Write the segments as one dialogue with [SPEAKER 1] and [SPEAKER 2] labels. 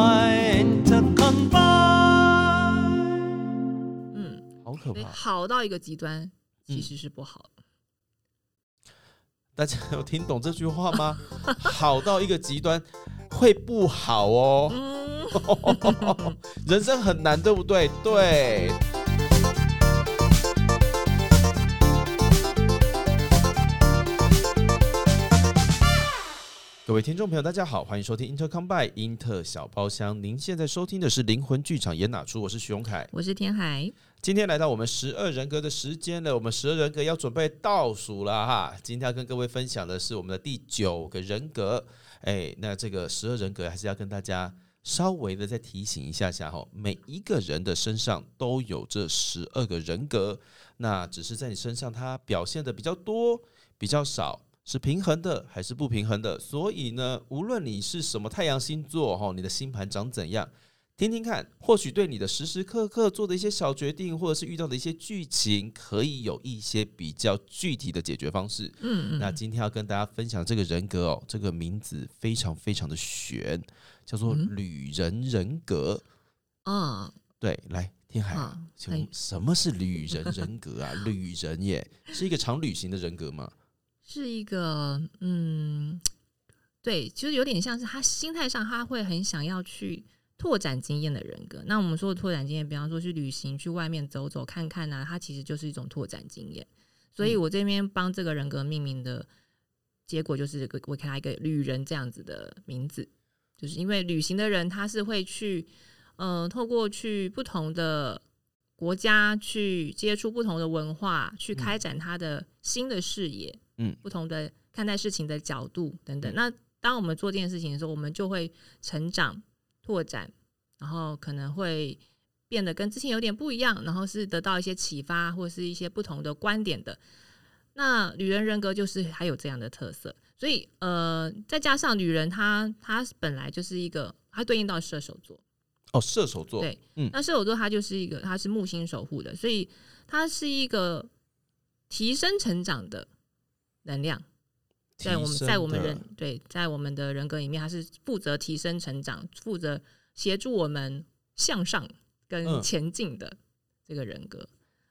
[SPEAKER 1] 可
[SPEAKER 2] 嗯所以
[SPEAKER 1] 嗯怕。
[SPEAKER 2] 好到一个极端其
[SPEAKER 1] 嗯
[SPEAKER 2] 实是不好的。
[SPEAKER 1] 大家有听懂这句话吗？ 好到一个极端会不好哦。
[SPEAKER 2] 嗯，
[SPEAKER 1] 人生很难，对不对？对。各位听众朋友，大家好，欢迎收听 Intercom by 英特小包厢。您现在收听的是灵魂剧场演哪出？我是徐荣凯。
[SPEAKER 2] 我是天海，
[SPEAKER 1] 今天来到我们十二人格的时间了，我们十二人格要准备倒数了哈。今天要跟各位分享的是我们的第九个人格，哎，那这个十二人格还是要跟大家稍微的再提醒一下下哈，每一个人的身上都有这十二个人格，那只是在你身上它表现的比较多，比较少。是平衡的还是不平衡的？所以呢，无论你是什么太阳星座哈，你的星盘长怎样，听听看，或许对你的时时刻刻做的一些小决定，或者是遇到的一些剧情，可以有一些比较具体的解决方式。
[SPEAKER 2] 嗯
[SPEAKER 1] 那
[SPEAKER 2] 嗯，
[SPEAKER 1] 今天要跟大家分享这个人格哦，这个名字非常非常的玄，叫做
[SPEAKER 2] 嗯
[SPEAKER 1] 旅人人格。
[SPEAKER 2] 哦，
[SPEAKER 1] 对，来，天海，
[SPEAKER 2] 好，
[SPEAKER 1] 请问
[SPEAKER 2] 哎
[SPEAKER 1] 什么是旅人人格 啊？旅人耶，是一个常旅行的人格吗？
[SPEAKER 2] 是一个嗯，对，其实有点像是他心态上他会很想要去拓展经验的人格。那我们说的拓展经验，比方说去旅行、去外面走走看看啊，它其实就是一种拓展经验。所以
[SPEAKER 1] 嗯
[SPEAKER 2] 我这边帮这个人格命名的结果就是给我给他一个旅人这样子的名字，就是因为旅行的人他是会去，呃，透过去不同的国家去接触不同的文化，去开展他的新的视野，
[SPEAKER 1] 嗯，
[SPEAKER 2] 不同的看待事情的角度等等。
[SPEAKER 1] 嗯
[SPEAKER 2] 那当我们做这件事情的时候，我们就会成长、拓展，然后可能会变得跟之前有点不一样，然后是得到一些启发或是一些不同的观点的。那女人人格就是还有这样的特色，所以呃，再加上女人她她本来就是一个，她对应到射手座，
[SPEAKER 1] 哦，射手座。
[SPEAKER 2] 对，
[SPEAKER 1] 嗯
[SPEAKER 2] 那射手座它就是一个，它是木星守护的，所以它是一个提升成长的能量，
[SPEAKER 1] 提
[SPEAKER 2] 在我们
[SPEAKER 1] 升
[SPEAKER 2] 在我们
[SPEAKER 1] 的
[SPEAKER 2] 人对在我们的人格里面，它是负责提升成长，负责协助我们向上跟
[SPEAKER 1] 嗯
[SPEAKER 2] 前进的这个人格。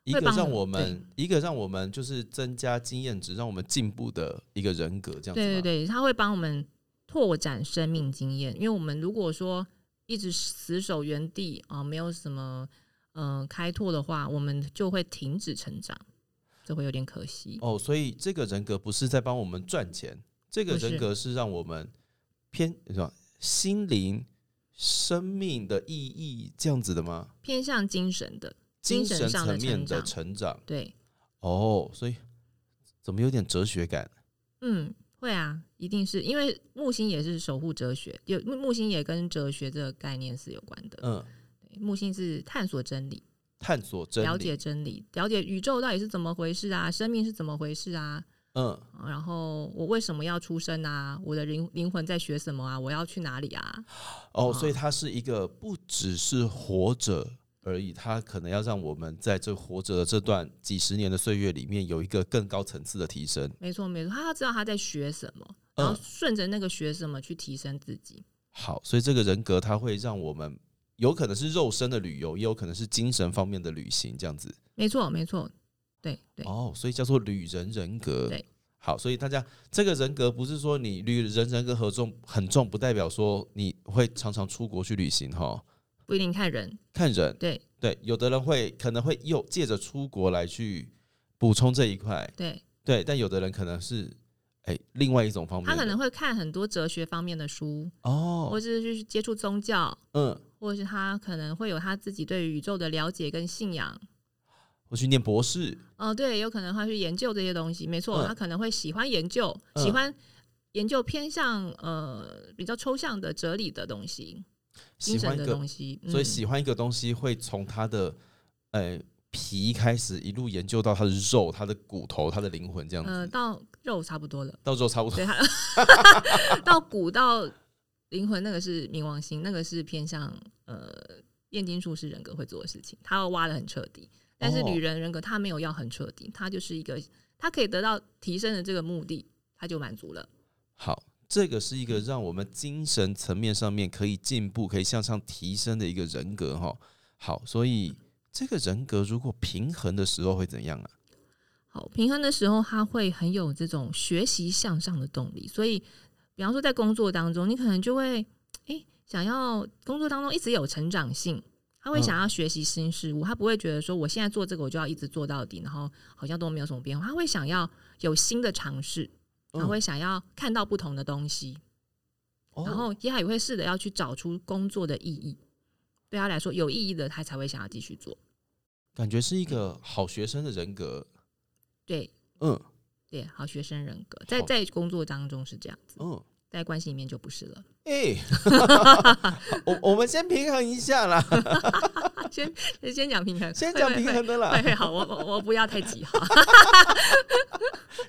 [SPEAKER 1] 一
[SPEAKER 2] 会
[SPEAKER 1] 个
[SPEAKER 2] 帮
[SPEAKER 1] 让
[SPEAKER 2] 我
[SPEAKER 1] 我
[SPEAKER 2] 们
[SPEAKER 1] 们一个让我们就是增加经验值，让我们进步的一个人格，这样子吗。
[SPEAKER 2] 对对对，它会帮我们拓展生命经验，因为我们如果说一直死守原地啊、没有什么嗯、呃开拓的话，我们就会停止成长，这会有点可惜。
[SPEAKER 1] 哦，所以这个人格不是在帮我们赚钱，这个
[SPEAKER 2] 不是
[SPEAKER 1] 人格是让我们偏什么心灵、生命的意义这样子的吗？
[SPEAKER 2] 偏向精神的，精
[SPEAKER 1] 精
[SPEAKER 2] 神
[SPEAKER 1] 神
[SPEAKER 2] 上的
[SPEAKER 1] 层面
[SPEAKER 2] 成
[SPEAKER 1] 的
[SPEAKER 2] 长
[SPEAKER 1] 成长。
[SPEAKER 2] 对，
[SPEAKER 1] 哦，所以怎么有点哲学感？
[SPEAKER 2] 嗯，会啊，一定是因为木星也是守护哲学，有木木星也跟哲学这个概念是有关的。
[SPEAKER 1] 嗯，
[SPEAKER 2] 对木星是探索真理、
[SPEAKER 1] 探索真理。
[SPEAKER 2] 了解真理、了解宇宙到底是怎么回事啊，生命是怎么回事啊，
[SPEAKER 1] 嗯，
[SPEAKER 2] 啊然后我为什么要出生啊？我的灵灵魂在学什么啊？我要去哪里啊？
[SPEAKER 1] 哦，所以它是一个不只是活着而已，它可能要让我们在这活着的这段几十年的岁月里面有一个更高层次的提升。
[SPEAKER 2] 没错没错，他要知道他在学什么，然后
[SPEAKER 1] 嗯，
[SPEAKER 2] 顺着那个学什么去提升自己。
[SPEAKER 1] 好，所以这个人格它会让我们有可能是肉身的旅游，也有可能是精神方面的旅行，这样子。
[SPEAKER 2] 没错没错，对对，
[SPEAKER 1] 哦，所以叫做旅人人格。
[SPEAKER 2] 对。
[SPEAKER 1] 好，所以大家这个人格不是说你旅人人格很重很重，不代表说你会常常出国去旅行哈。
[SPEAKER 2] 不一定看人，
[SPEAKER 1] 看人，
[SPEAKER 2] 对
[SPEAKER 1] 对，有的人会可能会又借着出国来去补充这一块，
[SPEAKER 2] 对，
[SPEAKER 1] 对，但有的人可能是哎、另外一种方面
[SPEAKER 2] 他
[SPEAKER 1] 的，
[SPEAKER 2] 可能会看很多哲学方面的书，
[SPEAKER 1] 哦
[SPEAKER 2] 或，者是去接触宗教，
[SPEAKER 1] 嗯，
[SPEAKER 2] 或者是他可能会有他自己对于宇宙的了解跟信仰。
[SPEAKER 1] 我去念博士，
[SPEAKER 2] 哦，对，有可能他去研究这些东西，没错，
[SPEAKER 1] 嗯
[SPEAKER 2] 他可能会喜欢研究，
[SPEAKER 1] 嗯
[SPEAKER 2] 喜欢研究偏向呃比较抽象的哲理的东西，精
[SPEAKER 1] 喜欢
[SPEAKER 2] 神
[SPEAKER 1] 一
[SPEAKER 2] 的
[SPEAKER 1] 个
[SPEAKER 2] 东西。
[SPEAKER 1] 所以
[SPEAKER 2] 嗯
[SPEAKER 1] 喜欢一个东西会从它的呃皮开始一路研究到它的肉、它的骨头、它的灵魂这样子，
[SPEAKER 2] 呃到肉差不多了，
[SPEAKER 1] 到时候差不多。
[SPEAKER 2] 对，他 到骨到灵魂那个是冥王星，那个是偏向呃炼金术师人格会做的事情，他要挖的很彻底。但是
[SPEAKER 1] 哦
[SPEAKER 2] 女人人格他没有要很彻底，他就是一个他可以得到提升的这个目的，他就满足了。
[SPEAKER 1] 好，这个是一
[SPEAKER 2] 嗯
[SPEAKER 1] 个让我们精神层面上面可以进步、可以向上提升的一个人格哈。好，所以这个人格如果平衡的时候会怎样啊？
[SPEAKER 2] 好，平衡的时候，他会很有这种学习向上的动力。所以，比方说在工作当中，你可能就会，诶，想要工作当中一直有成长性，他会
[SPEAKER 1] 嗯
[SPEAKER 2] 想要学习新事物，他不会觉得说我现在做这个我就要一直做到底，然后好像都没有什么变化，他会想要有新的尝试，他
[SPEAKER 1] 嗯
[SPEAKER 2] 会想要看到不同的东西，
[SPEAKER 1] 哦
[SPEAKER 2] 然后也还会试着要去找出工作的意义。对他来说有意义的，他才会想要继续做。
[SPEAKER 1] 感觉是一
[SPEAKER 2] 嗯
[SPEAKER 1] 个好学生的人格，
[SPEAKER 2] 对
[SPEAKER 1] 嗯
[SPEAKER 2] 对，好学生人格，在
[SPEAKER 1] 好
[SPEAKER 2] 在工作当中是这样子。
[SPEAKER 1] 嗯，
[SPEAKER 2] 在关系里面就不是了。
[SPEAKER 1] 哎、我我们先平衡一下啦，
[SPEAKER 2] 啊先先讲平衡，
[SPEAKER 1] 先讲
[SPEAKER 2] 会
[SPEAKER 1] 平。衡的
[SPEAKER 2] 会会
[SPEAKER 1] 啦，
[SPEAKER 2] 会好，我我我不要太急 哈。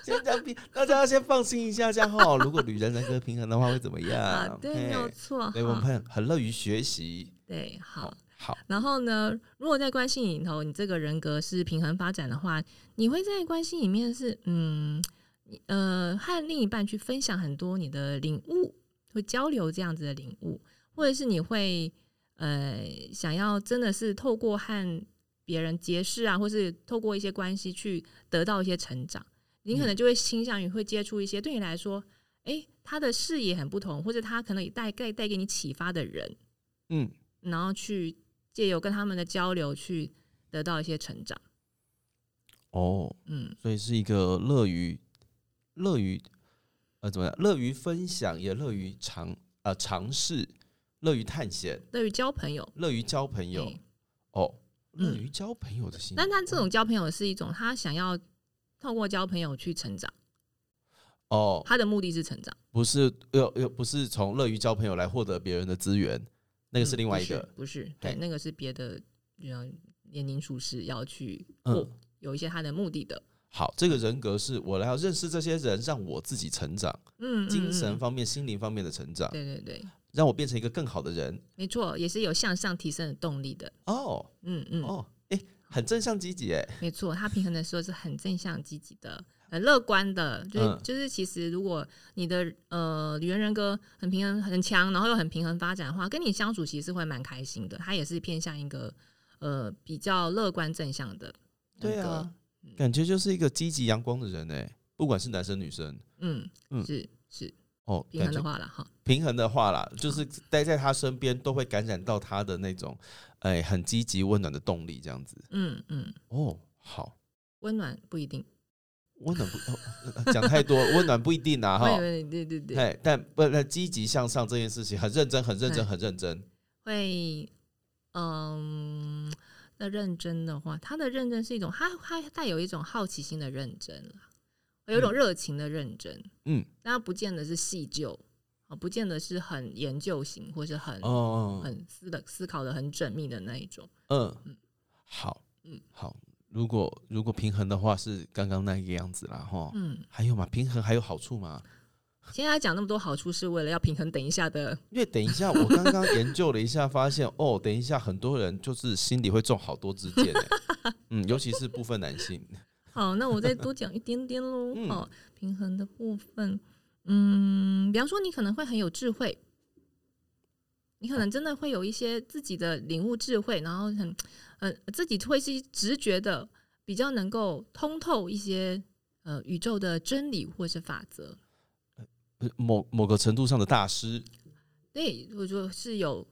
[SPEAKER 1] 先讲平，大家要先放心一下，这样哈。如果女人人格平衡的话会怎么样？
[SPEAKER 2] 啊，对，
[SPEAKER 1] 嘿
[SPEAKER 2] 没有错。
[SPEAKER 1] 对我们
[SPEAKER 2] 哈
[SPEAKER 1] 很很乐于学习。
[SPEAKER 2] 对好。
[SPEAKER 1] 好，
[SPEAKER 2] 然后呢，如果在关系里头，你这个人格是平衡发展的话，你会在关系里面是嗯你呃和另一半去分享很多你的领悟，会交流这样子的领悟，或者是你会呃想要真的是透过和别人结识啊，或是透过一些关系去得到一些成长，你可能就会倾向于会接触一些对你来说，诶，他的视野很不同，或者他可能也带带带给你启发的人。
[SPEAKER 1] 嗯，
[SPEAKER 2] 然后去借由跟他们的交流去得到一些成长。
[SPEAKER 1] 哦，
[SPEAKER 2] 嗯，
[SPEAKER 1] 所以是一个乐于乐于呃怎么样？乐于分享，也乐于尝呃尝试，乐于探险，
[SPEAKER 2] 对于交朋友，
[SPEAKER 1] 乐于交朋友。
[SPEAKER 2] 对
[SPEAKER 1] 哦，乐
[SPEAKER 2] 嗯
[SPEAKER 1] 于交朋友的心。
[SPEAKER 2] 但他这种交朋友是一种他想要透过交朋友去成长，
[SPEAKER 1] 哦，
[SPEAKER 2] 他的目的是成长，
[SPEAKER 1] 不是又又不是从乐于交朋友来获得别人的资源，那
[SPEAKER 2] 那
[SPEAKER 1] 个是另外一个。
[SPEAKER 2] 不是对，
[SPEAKER 1] 嘿
[SPEAKER 2] 那个是别的，嗯，年龄属实要去
[SPEAKER 1] 嗯
[SPEAKER 2] 过，有一些他的目的的，
[SPEAKER 1] 好，这个人格是我要认识这些人，让我自己成长，
[SPEAKER 2] 嗯，嗯
[SPEAKER 1] 精神
[SPEAKER 2] 嗯
[SPEAKER 1] 方面、心灵方面的成长，
[SPEAKER 2] 对对对，
[SPEAKER 1] 让我变成一个更好的人。
[SPEAKER 2] 没错，也是有向上提升的动力的，
[SPEAKER 1] 哦
[SPEAKER 2] 嗯嗯，
[SPEAKER 1] 哦，哎、很正向积极哎。
[SPEAKER 2] 没错，他平衡的时候是很正向、积极的、很乐观的。就是、
[SPEAKER 1] 嗯
[SPEAKER 2] 就是，其实如果你的呃语言人格很平衡、很强，然后又很平衡发展的话，跟你相处其实会蛮开心的。他也是偏向一个呃比较乐观正向的。
[SPEAKER 1] 对啊，
[SPEAKER 2] 嗯
[SPEAKER 1] 感觉就是一个积极阳光的人哎，不管是男生女生
[SPEAKER 2] 嗯，
[SPEAKER 1] 嗯
[SPEAKER 2] 是是
[SPEAKER 1] 哦，
[SPEAKER 2] 平
[SPEAKER 1] 感
[SPEAKER 2] 衡的
[SPEAKER 1] 觉
[SPEAKER 2] 话了哈。
[SPEAKER 1] 平衡的话啦，就是待在他身边都会感染到他的那种哎、很积极温暖的动力这样子
[SPEAKER 2] 嗯嗯，
[SPEAKER 1] 哦。好，
[SPEAKER 2] 温暖不一定，
[SPEAKER 1] 温暖不哦呃呃讲、太多，温暖不一定 啊哈。
[SPEAKER 2] 对对对对，
[SPEAKER 1] 哎，但不，那积极向上这件事情很认真，很认真，
[SPEAKER 2] 哎
[SPEAKER 1] 很认真。
[SPEAKER 2] 会嗯。那认真的话，他的认真是一种，他他带有一种好奇心的认真啦，有一种
[SPEAKER 1] 嗯
[SPEAKER 2] 热情的认真，
[SPEAKER 1] 嗯，
[SPEAKER 2] 但它不见得是细究，啊，不见得是很研究型，或是很、
[SPEAKER 1] 哦，
[SPEAKER 2] 很思的思考的很缜密的那一种。
[SPEAKER 1] 嗯，好，嗯
[SPEAKER 2] 嗯，
[SPEAKER 1] 好。如果如果平衡的话，是刚刚那个样子啦哈。
[SPEAKER 2] 嗯，
[SPEAKER 1] 还有嘛，平衡还有好处嘛？
[SPEAKER 2] 现在讲那么多好处，是为了要平衡等一下的，
[SPEAKER 1] 因为等一下，我刚刚研究了一下，发现 哦，等一下很多人就是心里会中好多支 箭欸嗯，尤其是部分男性，
[SPEAKER 2] 好，那我再多讲一点点喽。
[SPEAKER 1] 嗯
[SPEAKER 2] 哦，平衡的部分，嗯，比方说你可能会很有智慧，你可能真的会有一些自己的领悟智慧，然后很呃自己会是直觉的，比较能够通透一些呃宇宙的真理或是法则。
[SPEAKER 1] 呃某某个程度上的大师
[SPEAKER 2] 对，我觉得是有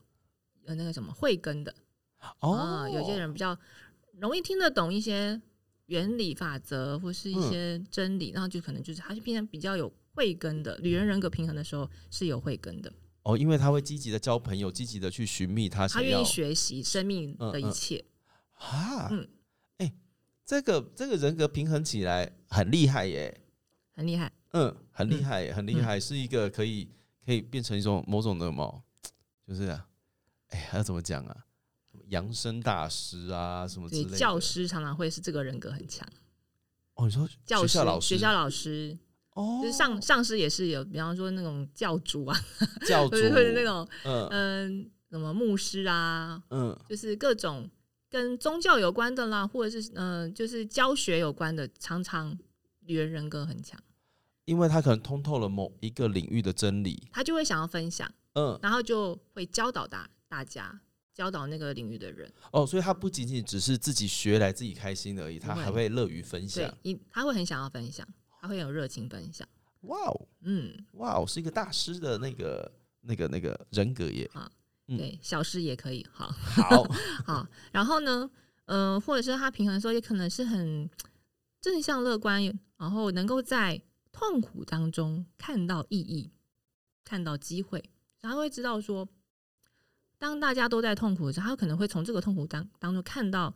[SPEAKER 2] 有那个什么慧根的啊、
[SPEAKER 1] 哦。
[SPEAKER 2] 有些人比较容易听得懂一些原理法则或是一
[SPEAKER 1] 嗯
[SPEAKER 2] 些真理，然后就可能就是他是变成比较有慧根的。女人人格平衡的时候是有慧根的，
[SPEAKER 1] 哦，因为他会积极的交朋友，积极的去寻觅他
[SPEAKER 2] 她
[SPEAKER 1] 想
[SPEAKER 2] 愿
[SPEAKER 1] 要
[SPEAKER 2] 意学习生命的
[SPEAKER 1] 嗯
[SPEAKER 2] 一
[SPEAKER 1] 嗯
[SPEAKER 2] 切。
[SPEAKER 1] 啊。
[SPEAKER 2] 嗯
[SPEAKER 1] 哎、这个这个人格平衡起来很厉害耶，
[SPEAKER 2] 很厉害，
[SPEAKER 1] 嗯，很厉
[SPEAKER 2] 嗯
[SPEAKER 1] 害，很厉害，是一个可以可以变成一种某种的某，就是啊哎、还要怎么讲啊？扬声大师啊，什么之
[SPEAKER 2] 对
[SPEAKER 1] 类的
[SPEAKER 2] 教师常常会是这个人格很强，
[SPEAKER 1] 哦，你说
[SPEAKER 2] 教
[SPEAKER 1] 学
[SPEAKER 2] 师、
[SPEAKER 1] 校老师，
[SPEAKER 2] 学校老师
[SPEAKER 1] 哦，
[SPEAKER 2] 就是上上师也是有，比方说那种教主啊，
[SPEAKER 1] 教
[SPEAKER 2] 或
[SPEAKER 1] 主
[SPEAKER 2] 者或者那种
[SPEAKER 1] 嗯
[SPEAKER 2] 嗯、什么牧师啊，
[SPEAKER 1] 嗯
[SPEAKER 2] 就是各种跟宗教有关的啦，或者是嗯、呃就是教学有关的，常常女人人格很强，
[SPEAKER 1] 因为他可能通透了某一个领域的真理，
[SPEAKER 2] 她就会想要分享，
[SPEAKER 1] 嗯
[SPEAKER 2] 然后就会教导大大家教导那个领域的人。
[SPEAKER 1] 哦，所以他不仅仅只是自己学来自己开心而已，他
[SPEAKER 2] 不会
[SPEAKER 1] 还会乐于分享
[SPEAKER 2] 对。，你他会很想要分享，他会有热情分享。
[SPEAKER 1] 哇哦，
[SPEAKER 2] 嗯，
[SPEAKER 1] 哇哦，是一个大师的那个、那个、那个人格 耶。嗯
[SPEAKER 2] 对，小事也可以，好
[SPEAKER 1] 好，
[SPEAKER 2] 好。然后呢，呃，或者是他平衡的时候，也可能是很正向乐观，然后能够在痛苦当中看到意义，看到机会，然后会知道说，当大家都在痛苦的时候，他可能会从这个痛苦当当中看到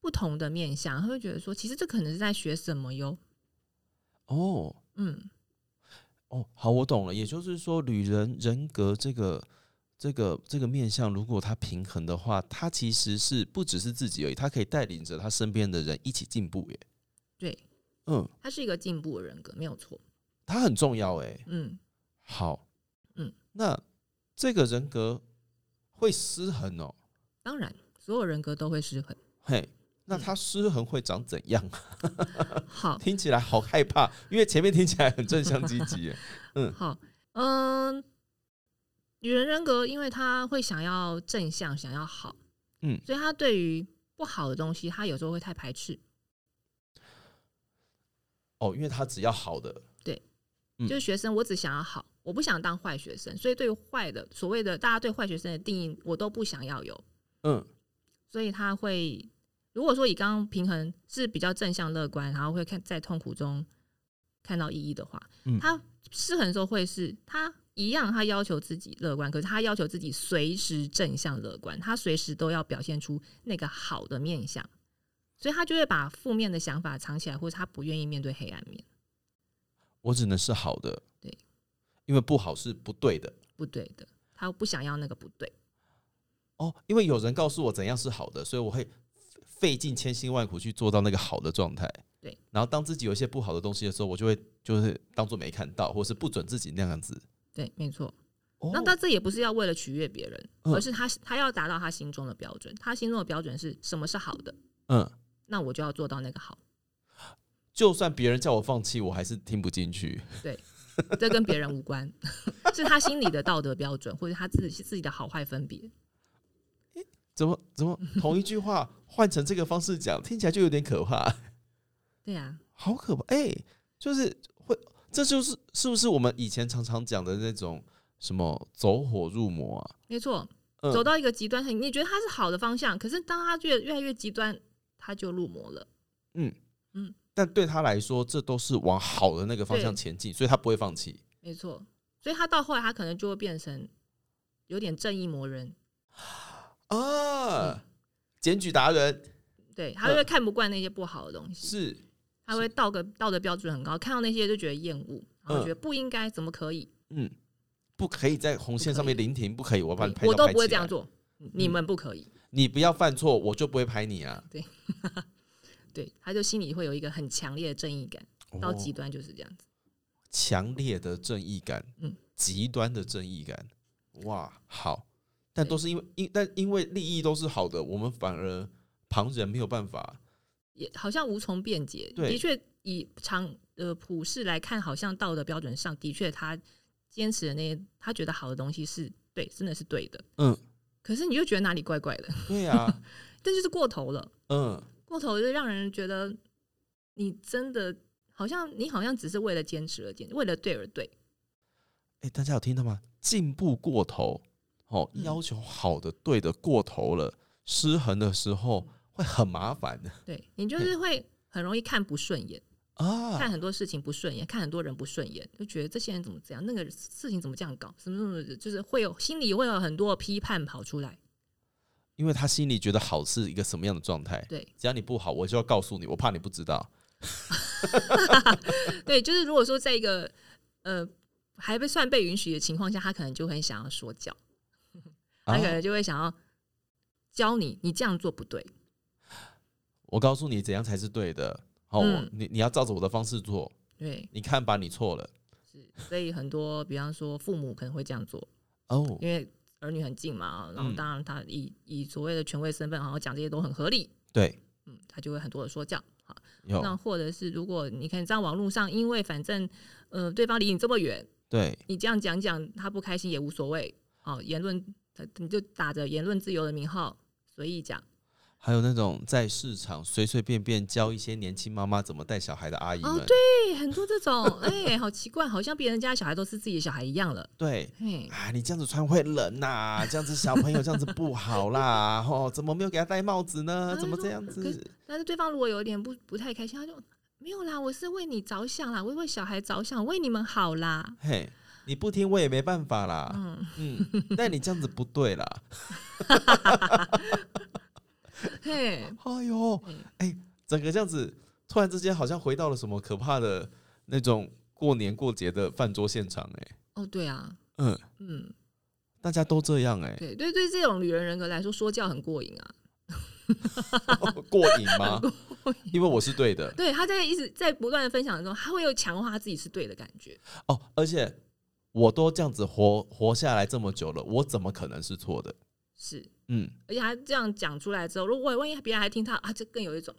[SPEAKER 2] 不同的面相，他会觉得说，其实这可能是在学什么哟。
[SPEAKER 1] 哦
[SPEAKER 2] 嗯，
[SPEAKER 1] 哦，好，我懂了。也就是说，旅人人格这个、这个、这个面向，如果他平衡的话，他其实是不只是自己而已，他可以带领着他身边的人一起进步耶。
[SPEAKER 2] 对，
[SPEAKER 1] 嗯，
[SPEAKER 2] 他是一个进步的人格，没有错。
[SPEAKER 1] 他很重要哎。
[SPEAKER 2] 嗯，
[SPEAKER 1] 好，
[SPEAKER 2] 嗯，
[SPEAKER 1] 那这个人格会失衡哦，
[SPEAKER 2] 当然，所有人格都会失衡。
[SPEAKER 1] 嘿。那
[SPEAKER 2] 嗯哦
[SPEAKER 1] 他失衡会长怎样？
[SPEAKER 2] 好，
[SPEAKER 1] 听起来好害怕，因为前面听起来很正向积极耶。
[SPEAKER 2] 好，嗯，女人人格，因为她会想要正向，想要好，
[SPEAKER 1] 嗯
[SPEAKER 2] 所以她对于不好的东西，她有时候会太排斥。
[SPEAKER 1] 哦，因为他只要好的，嗯
[SPEAKER 2] 就是学生，我只想要好，我不想当坏学生，所以对于坏的所谓的大家对坏学生的定义，我都不想要有。
[SPEAKER 1] 嗯，
[SPEAKER 2] 所以她会，如果说以刚刚平衡是比较正向乐观，然后会看在痛苦中看到意义的话，
[SPEAKER 1] 嗯
[SPEAKER 2] 她失衡的时候会是她一样，她要求自己乐观，可是她要求自己随时正向乐观，她随时都要表现出那个好的面相，所以她就会把负面的想法藏起来，或者她不愿意面对黑暗面，
[SPEAKER 1] 我只能是好的，
[SPEAKER 2] 对，
[SPEAKER 1] 因为不好是不对的
[SPEAKER 2] 不对的，她不想要那个不对，
[SPEAKER 1] 哦。因为有人告诉我怎样是好的，所以我会费尽千辛万苦去做到那个好的状态。
[SPEAKER 2] 对，
[SPEAKER 1] 然后当自己有一些不好的东西的时候，我就会就是当做没看到，或是不准自己那样子。
[SPEAKER 2] 对，没错。
[SPEAKER 1] 哦
[SPEAKER 2] 那他这也不是要为了取悦别人，
[SPEAKER 1] 嗯
[SPEAKER 2] 而是他他要达到他心中的标准。他心中的标准是什么是好的，
[SPEAKER 1] 嗯，
[SPEAKER 2] 那我就要做到那个好。
[SPEAKER 1] 就算别人叫我放弃，我还是听不进去。
[SPEAKER 2] 这跟别人无关， 是他心里的道德标准，或者他自己自己的好坏分别。
[SPEAKER 1] 怎么怎么同一句话换成这个方式讲，听起来就有点可怕。
[SPEAKER 2] 对啊，
[SPEAKER 1] 好可怕！哎、就是会，这就是是不是我们以前常常讲的那种什么走火入魔啊？
[SPEAKER 2] 没错，
[SPEAKER 1] 嗯
[SPEAKER 2] 走到一个极端，你觉得他是好的方向，可是当他越越来越极端，他就入魔了。
[SPEAKER 1] 但对他来说，这都是往好的那个方向前进，所以他不会放弃。
[SPEAKER 2] 没错，所以他到后来，他可能就会变成有点正义魔人，
[SPEAKER 1] 啊！检举达人
[SPEAKER 2] 对他就会看不惯那些不好的东西。
[SPEAKER 1] 嗯是
[SPEAKER 2] 他会道德道德标准很高，看到那些就觉得厌恶，然后觉得不应该，怎么可以？
[SPEAKER 1] 嗯，不可以在红线上面临停，不可以，我把你拍
[SPEAKER 2] 我
[SPEAKER 1] 照
[SPEAKER 2] 都
[SPEAKER 1] 拍
[SPEAKER 2] 不会
[SPEAKER 1] 起
[SPEAKER 2] 这样
[SPEAKER 1] 来，嗯
[SPEAKER 2] 做，你们不可以。
[SPEAKER 1] 你不要犯错，我就不会拍你啊！
[SPEAKER 2] 对，他就心里会有一个很强烈的正义感，
[SPEAKER 1] 哦
[SPEAKER 2] 到极端就是这样子。
[SPEAKER 1] 强烈的正义感，
[SPEAKER 2] 嗯
[SPEAKER 1] 极端的正义感，哇，好，但都是因为因但因为利益都是好的，我们反而旁人没有办法，
[SPEAKER 2] 也好像无从辩解。
[SPEAKER 1] 对
[SPEAKER 2] 的确，以常呃普世来看，好像道德标准上的确他坚持的那些他觉得好的东西是对，真的是对的。
[SPEAKER 1] 嗯，
[SPEAKER 2] 可是你就觉得哪里怪怪的，
[SPEAKER 1] 对啊，
[SPEAKER 2] 这就是过头了，
[SPEAKER 1] 嗯，
[SPEAKER 2] 过头就让人觉得你真的好像你好像只是为了坚持而坚持，为了对而对。
[SPEAKER 1] 哎、大家有听到吗？进步过头，哦，
[SPEAKER 2] 嗯
[SPEAKER 1] 要求好的对的过头了，失衡的时候会很麻烦的
[SPEAKER 2] 对你就是会很容易看不顺眼，看
[SPEAKER 1] 啊，
[SPEAKER 2] 很多事情不顺眼，看很多人不顺眼，就觉得这些人怎么这样，那个事情怎么这样搞，什么什么的，就是会有心里会有很多批判跑出来。
[SPEAKER 1] 因为他心里觉得好是一个什么样的状态，
[SPEAKER 2] 对
[SPEAKER 1] 只要你不好，我就要告诉你，我怕你不知道，
[SPEAKER 2] 对，就是如果说在一个呃还不算被允许的情况下，他可能就很想要说教，他
[SPEAKER 1] 啊
[SPEAKER 2] 可能就会想要教你，你这样做不对。
[SPEAKER 1] 我告诉你怎样才是对的。好、我
[SPEAKER 2] 嗯
[SPEAKER 1] 你你要照着我的方式做，
[SPEAKER 2] 对，
[SPEAKER 1] 你看吧，你错了
[SPEAKER 2] 是所以很多，比方说父母可能会这样做，
[SPEAKER 1] 哦
[SPEAKER 2] 因为儿女很近嘛，然后
[SPEAKER 1] 嗯
[SPEAKER 2] 当然他以以所谓的权威身份，然后讲这些都很合理，
[SPEAKER 1] 对，
[SPEAKER 2] 嗯，他就会很多的说教。好，那
[SPEAKER 1] 有
[SPEAKER 2] 或者是如果你看在网络上，因为反正呃对方离你这么远，
[SPEAKER 1] 对
[SPEAKER 2] 哦你这样讲讲他不开心也无所谓，好、言论他你就打着言论自由的名号随意讲。
[SPEAKER 1] 还有那种在市场随随便便教一些年轻妈妈怎么带小孩的阿姨们，
[SPEAKER 2] 哦对，很多这种，哎、好奇怪，好像别人家小孩都是自己的小孩一样了。
[SPEAKER 1] 对
[SPEAKER 2] 嘿，
[SPEAKER 1] 啊，你这样子穿会冷呐、这样子小朋友这样子不好啦，哦，怎么没有给他戴帽子呢？怎么这样
[SPEAKER 2] 可
[SPEAKER 1] 子？
[SPEAKER 2] 但是对方如果有一点不不太开心，他就没有啦，我是为你着想啦，我为小孩着想，为你们好啦。
[SPEAKER 1] 嘿，你不听我也没办法啦，
[SPEAKER 2] 嗯，
[SPEAKER 1] 嗯，但你这样子不对啦。
[SPEAKER 2] 嘿，
[SPEAKER 1] 哎呦，哎、整个这样子，突然之间好像回到了什么可怕的那种过年过节的饭桌现场、哎，
[SPEAKER 2] 哦，对啊，
[SPEAKER 1] 嗯，
[SPEAKER 2] 嗯，
[SPEAKER 1] 大家都这样、 哎，
[SPEAKER 2] 对对对，这种女人人格来说，说教很过瘾啊。
[SPEAKER 1] 过瘾吗？因为我是对的
[SPEAKER 2] 对，她在一直在不断的分享中，她会有强化自己是对的感觉。
[SPEAKER 1] 哦，而且我都这样子活活下来这么久了，我怎么可能是错的？
[SPEAKER 2] 是，
[SPEAKER 1] 嗯，
[SPEAKER 2] 而且她这样讲出来之后，如果万一别人还听她啊，这更有一种，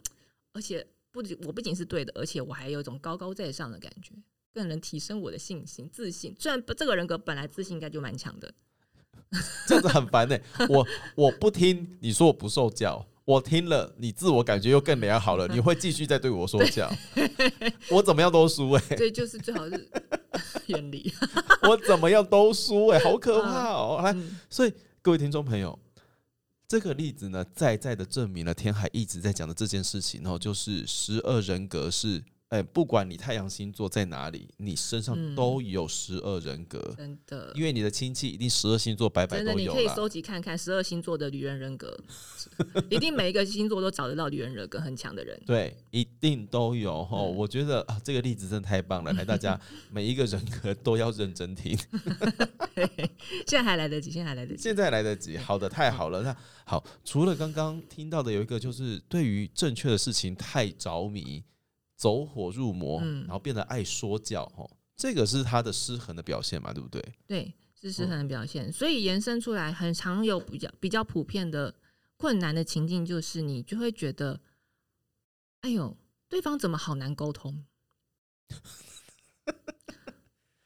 [SPEAKER 2] 而且不仅我不仅是对的，而且我还有一种高高在上的感觉，更能提升我的信心、自信。虽然这个人格本来自信应该就蛮强的，
[SPEAKER 1] 这样子很烦呢、我我不听，你说我不受教。我听了，你自我感觉又更良好了，你会继续再对我说 教，我怎么样都输哎、
[SPEAKER 2] 所以就是最 好是远离。
[SPEAKER 1] 我怎么样都输哎、好可怕哦！来，
[SPEAKER 2] 嗯
[SPEAKER 1] 所以各位听众朋友，这个例子呢，再再的证明了天海一直在讲的这件事情哦，就是十二人格是，哎、不管你太阳星座在哪里，你身上
[SPEAKER 2] 嗯
[SPEAKER 1] 都有十二人格，
[SPEAKER 2] 真的，
[SPEAKER 1] 因为你的亲戚一定十二星座百百
[SPEAKER 2] 真
[SPEAKER 1] 都
[SPEAKER 2] 的，你
[SPEAKER 1] 有
[SPEAKER 2] 可以
[SPEAKER 1] 啦。
[SPEAKER 2] 收集看看十二星座的女人人格，一定每一个星座都找得到女人人格很强的人。
[SPEAKER 1] 对，一定都有哦。
[SPEAKER 2] 嗯
[SPEAKER 1] 我觉得啊，这个例子真的太 棒了，来，大家每一个人格都要认真听。
[SPEAKER 2] 现在还来得及，现在还来得及。
[SPEAKER 1] 现在来得及，好的，太好了。那好，除了刚刚听到的有一个，就是对于正确的事情太着迷，走火入魔，
[SPEAKER 2] 嗯
[SPEAKER 1] 然后变得爱说教，哦，这个是他的失衡的表现嘛，对不对？
[SPEAKER 2] 对，是
[SPEAKER 1] 嗯
[SPEAKER 2] 失衡的表现，所以延伸出来，很常有比较比较普遍的困难的情境，就是你就会觉得，哎呦，对方怎么好难沟通？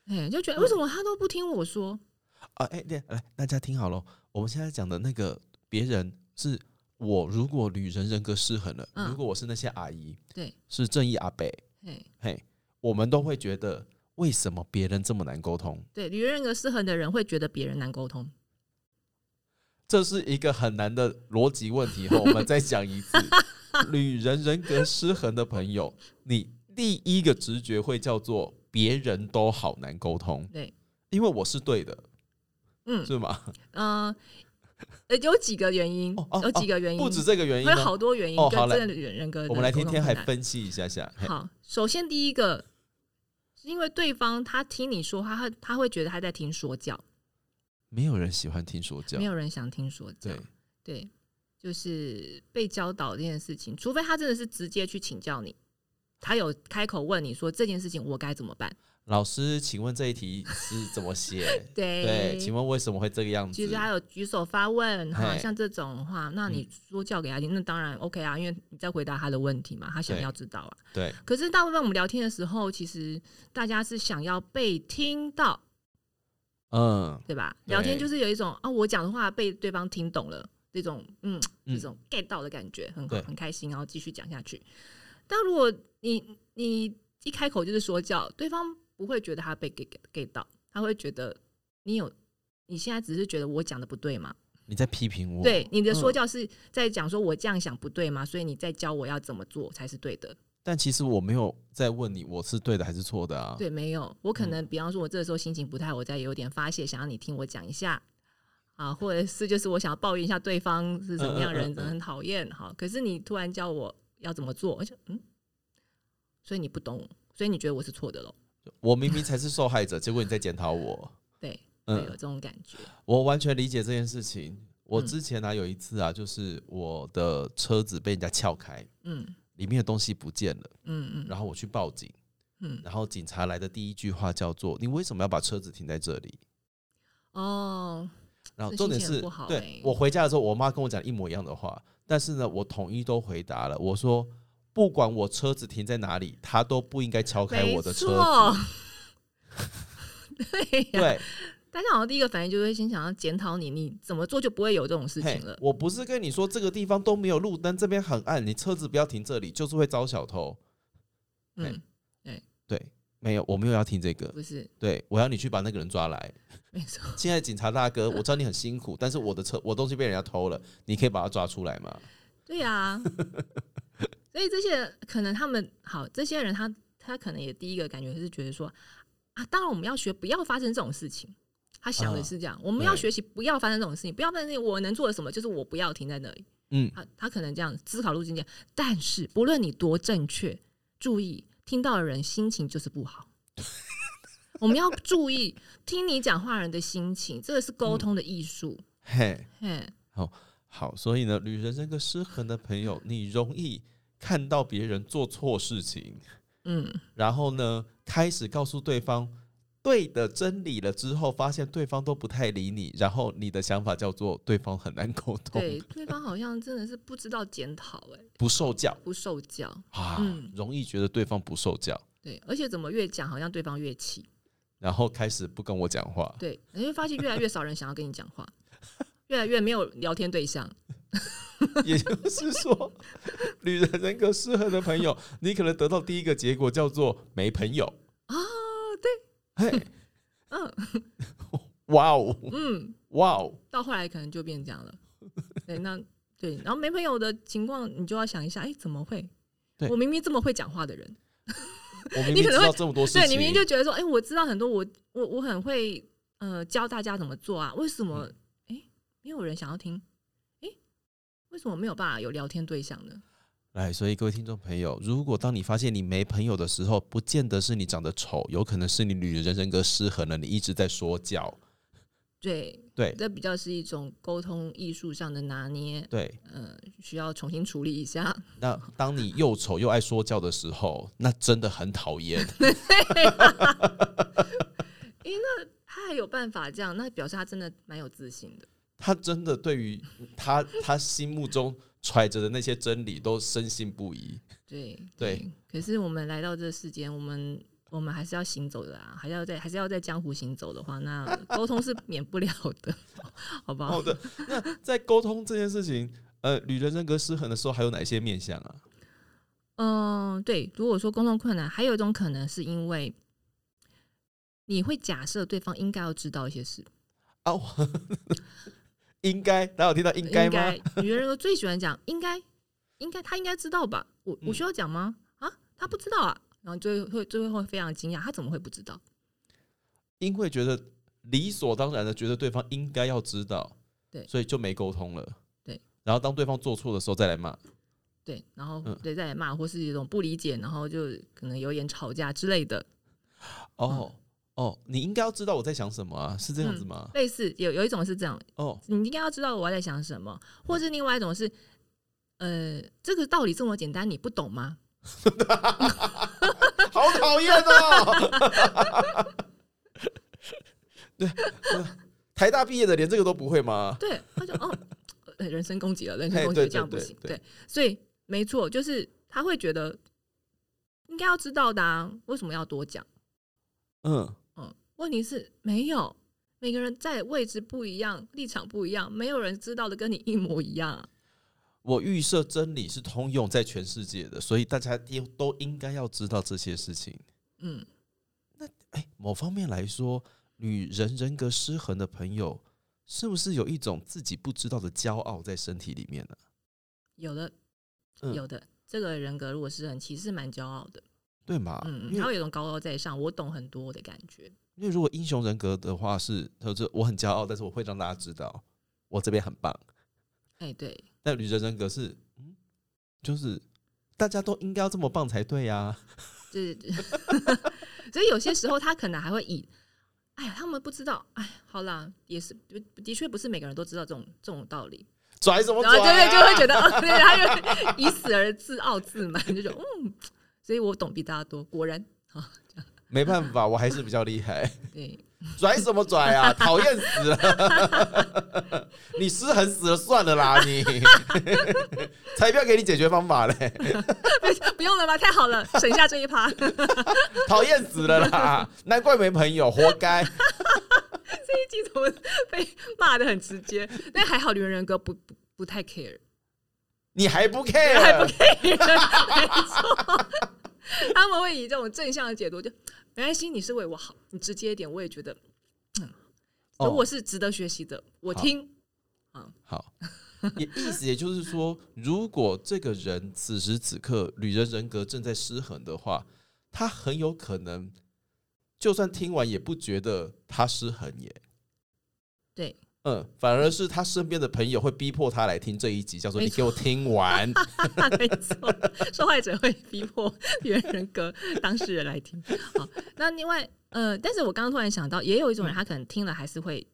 [SPEAKER 2] 哎，就
[SPEAKER 1] 嗯
[SPEAKER 2] 觉得为什么他都不听我说？
[SPEAKER 1] 啊，哎、对，来，大家听好了，我们现在讲的那个别人是我，如果女人人格失衡了，
[SPEAKER 2] 嗯
[SPEAKER 1] 如果我是那些阿姨，
[SPEAKER 2] 对，
[SPEAKER 1] 是正义阿北，
[SPEAKER 2] 哎，
[SPEAKER 1] 嘿，我们都会觉得为什么别人这么难沟通？
[SPEAKER 2] 对，女人人格失衡的人会觉得别人难沟通。
[SPEAKER 1] 这是一个很难的逻辑问 题。哈，我们再讲一次，女人人格失衡的朋友，你第一个直觉会叫做别人都好难沟通，
[SPEAKER 2] 对，
[SPEAKER 1] 因为我是对的，
[SPEAKER 2] 嗯，
[SPEAKER 1] 是吗？
[SPEAKER 2] 嗯，呃，有几个原因，
[SPEAKER 1] 哦哦
[SPEAKER 2] 有几个原因，
[SPEAKER 1] 不止这个原因
[SPEAKER 2] 会有
[SPEAKER 1] 哦，
[SPEAKER 2] 哎好多原因
[SPEAKER 1] 哦
[SPEAKER 2] 跟
[SPEAKER 1] 好来
[SPEAKER 2] 真的人人格的
[SPEAKER 1] 我们来听
[SPEAKER 2] 沟通
[SPEAKER 1] 天海
[SPEAKER 2] 困难
[SPEAKER 1] 分析一下下。嘿
[SPEAKER 2] 好，首先第一个是因为对方他听你说话，他他会觉得他在听说教，
[SPEAKER 1] 没有人喜欢听说教
[SPEAKER 2] 没，有人想听说教
[SPEAKER 1] 对，，
[SPEAKER 2] 对，就是被教导这件事情，除非他真的是直接去请教你，他有开口问你说这件事情我该怎么办，
[SPEAKER 1] 老师，请问这一题是怎么写？
[SPEAKER 2] 对
[SPEAKER 1] 对，请问为什么会这个样
[SPEAKER 2] 其
[SPEAKER 1] 子
[SPEAKER 2] 实？还有举手发问，哈，
[SPEAKER 1] 嘿嗯
[SPEAKER 2] 像这种的话，那你说教给他听，那当然 OK 啊，因为你在回答他的问题嘛，他想
[SPEAKER 1] 对
[SPEAKER 2] 要知道啊。
[SPEAKER 1] 对，
[SPEAKER 2] 可是大部分我们聊天的时候，其实大家是想要被听到，
[SPEAKER 1] 嗯
[SPEAKER 2] 对吧？
[SPEAKER 1] 对
[SPEAKER 2] 聊天就是有一种啊，我讲的话被对方听懂了，这种嗯，
[SPEAKER 1] 嗯
[SPEAKER 2] 这种 get 到的感觉，很
[SPEAKER 1] 对
[SPEAKER 2] 好，很开心，然后继续讲下去。但如果你你一开口就是说教，对方不会觉得他被 get get 到，他会觉得你有你现在只是觉得我讲的不对嘛？
[SPEAKER 1] 你在批评我？
[SPEAKER 2] 对，你的
[SPEAKER 1] 嗯
[SPEAKER 2] 说教是在讲说我这样想不对嘛，所以你在教我要怎么做才是对的。
[SPEAKER 1] 但其实我没有在问你我是对的还是错的啊。
[SPEAKER 2] 对，没有，我可能比方说，我这时候心情不太好，我在有点发泄，想要你听我讲一下啊，或者是就是我想要抱怨一下对方是什么样的
[SPEAKER 1] 嗯嗯嗯
[SPEAKER 2] 人，
[SPEAKER 1] 嗯
[SPEAKER 2] 真的很讨厌哈。可是你突然叫我要怎么做，我就嗯，所以你不懂，所以你觉得我是错的喽？
[SPEAKER 1] 我明明才是受害者，结果你在检讨我。
[SPEAKER 2] 对，会有
[SPEAKER 1] 嗯
[SPEAKER 2] 这，种感觉。
[SPEAKER 1] 我完全理解这件事情。我
[SPEAKER 2] 嗯
[SPEAKER 1] 之前呢、有一次啊，就是我的车子被人家撬开，
[SPEAKER 2] 嗯
[SPEAKER 1] 里面的东西不见了，
[SPEAKER 2] 嗯嗯
[SPEAKER 1] 然后我去报警，
[SPEAKER 2] 嗯，
[SPEAKER 1] 然后警察来的第一句话叫做：“你为什么要把车子停在这里
[SPEAKER 2] 哦，？”
[SPEAKER 1] 然后
[SPEAKER 2] 这
[SPEAKER 1] 重点
[SPEAKER 2] 心情
[SPEAKER 1] 是，
[SPEAKER 2] 很不好
[SPEAKER 1] 对
[SPEAKER 2] 欸
[SPEAKER 1] 我回家的时候，我妈跟我讲一模一样的话，但是呢，我统一都回答了，我说。不管我车子停在哪里，他都不应该敲开
[SPEAKER 2] 没
[SPEAKER 1] 我的车子。
[SPEAKER 2] 错，对呀，
[SPEAKER 1] 对，
[SPEAKER 2] 大家好像第一个反应就会先想要检讨你，你怎么做就不会有这种事
[SPEAKER 1] 嘿
[SPEAKER 2] 情了。
[SPEAKER 1] 我不是跟你说这个地方都没有路灯，这边很暗，你车子不要停这里，就是会招小偷。嘿
[SPEAKER 2] 嗯，
[SPEAKER 1] 对，没有，我没有要听这个。
[SPEAKER 2] 不是，
[SPEAKER 1] 对，我要你去把那个人抓来。
[SPEAKER 2] 没错，
[SPEAKER 1] 亲爱的警察大哥，我知道你很辛苦，但是我的车，我东西被人家偷了，你可以把他抓出来吗？
[SPEAKER 2] 对呀、 所以这些人可能他们好，这些人他他可能也第一个感觉是觉得说啊，当然我们要学不要发生这种事情。他想的是这样，我们要
[SPEAKER 1] 啊对
[SPEAKER 2] 学习不要发生这种事情，不要发生这种事情。我能做的什么就是我不要停在那里。啊
[SPEAKER 1] 嗯，
[SPEAKER 2] 他他可能这样思考路径这样，但是不论你多正确，注意听到的人心情就是不 好。我们要注意听你讲话人的心情，这个是沟通的艺术。
[SPEAKER 1] 嘿，
[SPEAKER 2] 嘿，
[SPEAKER 1] 好，所以呢，与人生个失衡的朋友，你容易看到别人做错事情，
[SPEAKER 2] 嗯，
[SPEAKER 1] 然后呢，开始告诉对方对的真理了之后，发现对方都不太理你，然后你的想法叫做对方很难沟通，
[SPEAKER 2] 对，对方好像真的是不知道检讨，哎，
[SPEAKER 1] 不受教
[SPEAKER 2] 不受教。
[SPEAKER 1] 啊，
[SPEAKER 2] 嗯
[SPEAKER 1] 容易觉得对方不受教，
[SPEAKER 2] 对，而且怎么越讲，好像对方越气。
[SPEAKER 1] 然后开始不跟我讲话。
[SPEAKER 2] 对，你会发现越来越少人想要跟你讲话， 越来越没有聊天对象。
[SPEAKER 1] 也就是说，女人人格失衡的朋友，你可能得到第一个结果叫做没朋友。
[SPEAKER 2] 啊，对，
[SPEAKER 1] 嘿，
[SPEAKER 2] 嗯
[SPEAKER 1] 哇哦，
[SPEAKER 2] 嗯，
[SPEAKER 1] 哇哦，
[SPEAKER 2] 到后来可能就变这样了。对，那对，然后没朋友的情况，你就要想一下，哎、怎么会
[SPEAKER 1] 对？
[SPEAKER 2] 我明明这么会讲话的人，
[SPEAKER 1] 我明
[SPEAKER 2] 你
[SPEAKER 1] 明
[SPEAKER 2] 可
[SPEAKER 1] 知
[SPEAKER 2] 能会
[SPEAKER 1] 道这么多事
[SPEAKER 2] 对，你
[SPEAKER 1] 情，
[SPEAKER 2] 明明就觉得说，哎、我知道很多，我我我很会呃教大家怎么做啊，为什么哎、没有人想要听？哎、为什么没有办法有聊天对象呢？
[SPEAKER 1] 来，哎所以各位听众朋友，如果当你发现你没朋友的时候，不见得是你长得丑，有可能是你女人人格失衡了，你一直在说教。
[SPEAKER 2] 对，
[SPEAKER 1] 对
[SPEAKER 2] 这比较是一种沟通艺术上的拿捏，
[SPEAKER 1] 对，
[SPEAKER 2] 呃，需要重新处理一下。
[SPEAKER 1] 那当你又丑又爱说教的时候，那真的很讨厌。
[SPEAKER 2] 他还有办法这样，那表示他真的蛮有自信的。
[SPEAKER 1] 他真的对于他 他心目中揣着的那些真理都深信不疑。
[SPEAKER 2] 对
[SPEAKER 1] 对。
[SPEAKER 2] 可是我们来到这世间，我们我们还是要行走的啊，还要在还是要在江湖行走的话，那沟通是免不了的， 好不好？
[SPEAKER 1] 好的，那在沟通这件事情，呃，女人人格失衡的时候，还有哪些面向啊？
[SPEAKER 2] 嗯、对。如果说沟通困难，还有一种可能是因为你会假设对方应该要知道一些事，
[SPEAKER 1] 啊，我 应该，大家有听到应该吗？
[SPEAKER 2] 应该？女人都最喜欢讲应该，应该他应该知道吧？我我
[SPEAKER 1] 嗯
[SPEAKER 2] 需要讲吗？啊，他不知道啊，然后就会会就会非常惊讶，他怎么会不知道？
[SPEAKER 1] 因为觉得理所当然的觉得对方应该要知道，
[SPEAKER 2] 对
[SPEAKER 1] 所以就没沟通了，
[SPEAKER 2] 对。
[SPEAKER 1] 然后当对方做错的时候再来骂，
[SPEAKER 2] 对，然后
[SPEAKER 1] 嗯
[SPEAKER 2] 对再来骂，或是一种不理解，然后就可能有点吵架之类的，嗯
[SPEAKER 1] 哦、哦，你应该要知道我在想什么啊，是这样子吗？
[SPEAKER 2] 类似有有一种是这样，
[SPEAKER 1] 哦，
[SPEAKER 2] 你应该要知道我在想什么，或是另外一种是，呃，这个道理这么简单，你不懂吗？
[SPEAKER 1] 好讨厌哦！ 对，呃台大毕业的连这个都不会吗？
[SPEAKER 2] 对，他就哦，呃人身攻击了，人身
[SPEAKER 1] 嘿
[SPEAKER 2] 攻击
[SPEAKER 1] 对
[SPEAKER 2] 了这样
[SPEAKER 1] 对
[SPEAKER 2] 不
[SPEAKER 1] 对
[SPEAKER 2] 行，
[SPEAKER 1] 对
[SPEAKER 2] 对，所以没错，就是他会觉得应该要知道的啊，为什么要多讲？
[SPEAKER 1] 嗯，
[SPEAKER 2] 嗯，问题是没有。每个人在位置不一样，立场不一样，没有人知道的跟你一模一样啊、
[SPEAKER 1] 我预设真理是通用在全世界的，所以大家都都应该要知道这些事情。
[SPEAKER 2] 嗯，
[SPEAKER 1] 哎，某方面来说，女人人格失衡的朋友，是不是有一种自己不知道的骄傲在身体里面呢、
[SPEAKER 2] 有的，
[SPEAKER 1] 嗯
[SPEAKER 2] 有的。这个人格如果是很，其实蛮骄傲的，
[SPEAKER 1] 对吗？
[SPEAKER 2] 嗯，
[SPEAKER 1] 因
[SPEAKER 2] 他
[SPEAKER 1] 为
[SPEAKER 2] 会有一种高高在上，我懂很多的感觉。
[SPEAKER 1] 因为如果英雄人格的话是，就是我很骄傲，但是我会让大家知道我这边很棒。
[SPEAKER 2] 哎、对，
[SPEAKER 1] 但女人人格是，嗯，就是大家都应该要这么棒才对啊呀、
[SPEAKER 2] 就是， 所以有些时候他可能还会以，哎呀，他们不知道，哎，好啦，也是，的确不是每个人都知道这种这种道理，
[SPEAKER 1] 拽什么
[SPEAKER 2] 然后
[SPEAKER 1] 拽、
[SPEAKER 2] 就
[SPEAKER 1] 啊？
[SPEAKER 2] 会就会觉得，哦，对，他就以此而自傲自满，就觉得，嗯，所以我懂比大家多，果然，
[SPEAKER 1] 没办法，我还是比较厉 害。
[SPEAKER 2] 对，
[SPEAKER 1] 拽什么拽啊？讨厌死了！ 你失衡死了，算了啦 你，才不要给你解决方法嘞！
[SPEAKER 2] 不用了吧，太好了，省下这一趴。
[SPEAKER 1] 讨厌死了啦！难怪没朋友，活该。
[SPEAKER 2] 镜头被骂的很直接，但还好女人人格不不不太 care，
[SPEAKER 1] 你还不
[SPEAKER 2] 还不
[SPEAKER 1] care？
[SPEAKER 2] care，没错，他们会以这种正向的解读，就没关系，你是为我好，你直接一点，我也觉得，嗯，
[SPEAKER 1] 哦
[SPEAKER 2] 我是值得学习的，我
[SPEAKER 1] 好
[SPEAKER 2] 听，
[SPEAKER 1] 好， 也意思也就是说，如果这个人此时此刻女人人格正在失衡的话，他很有可能就算听完也不觉得他失衡耶。
[SPEAKER 2] 对，
[SPEAKER 1] 嗯，反而是他身边的朋友会逼迫他来听这一集，叫做“
[SPEAKER 2] 没
[SPEAKER 1] 你给我听 完
[SPEAKER 2] 没错，受害者会逼迫原人格当事人来听。好，那另外呃，但是我刚刚突然想到，也有一种人，他可能听了还是会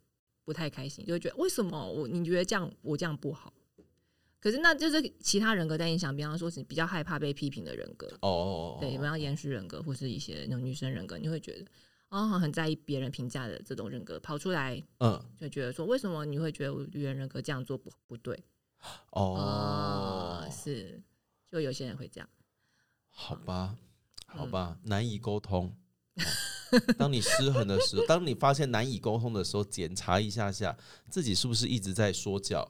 [SPEAKER 2] 不太开心，就会觉得为什么我你觉得这样我这样不好？可是那就是其他人格在影响，比方说是比较害怕被批评的人格，”。
[SPEAKER 1] 哦，
[SPEAKER 2] 对，比方延续人格或是一些那种女生人格，你会觉得哦很在意别人评价的这种人格跑出来，
[SPEAKER 1] 嗯，
[SPEAKER 2] 就觉得说为什么你会觉得我原人格这样做不不对？啊
[SPEAKER 1] 哦，
[SPEAKER 2] 是，就有些人会这样。
[SPEAKER 1] 好吧，
[SPEAKER 2] 嗯
[SPEAKER 1] 好吧，难以沟通。哦当你失衡的 时候，当你发现难以沟通的时候，检查一下下自己是不是一直在说教，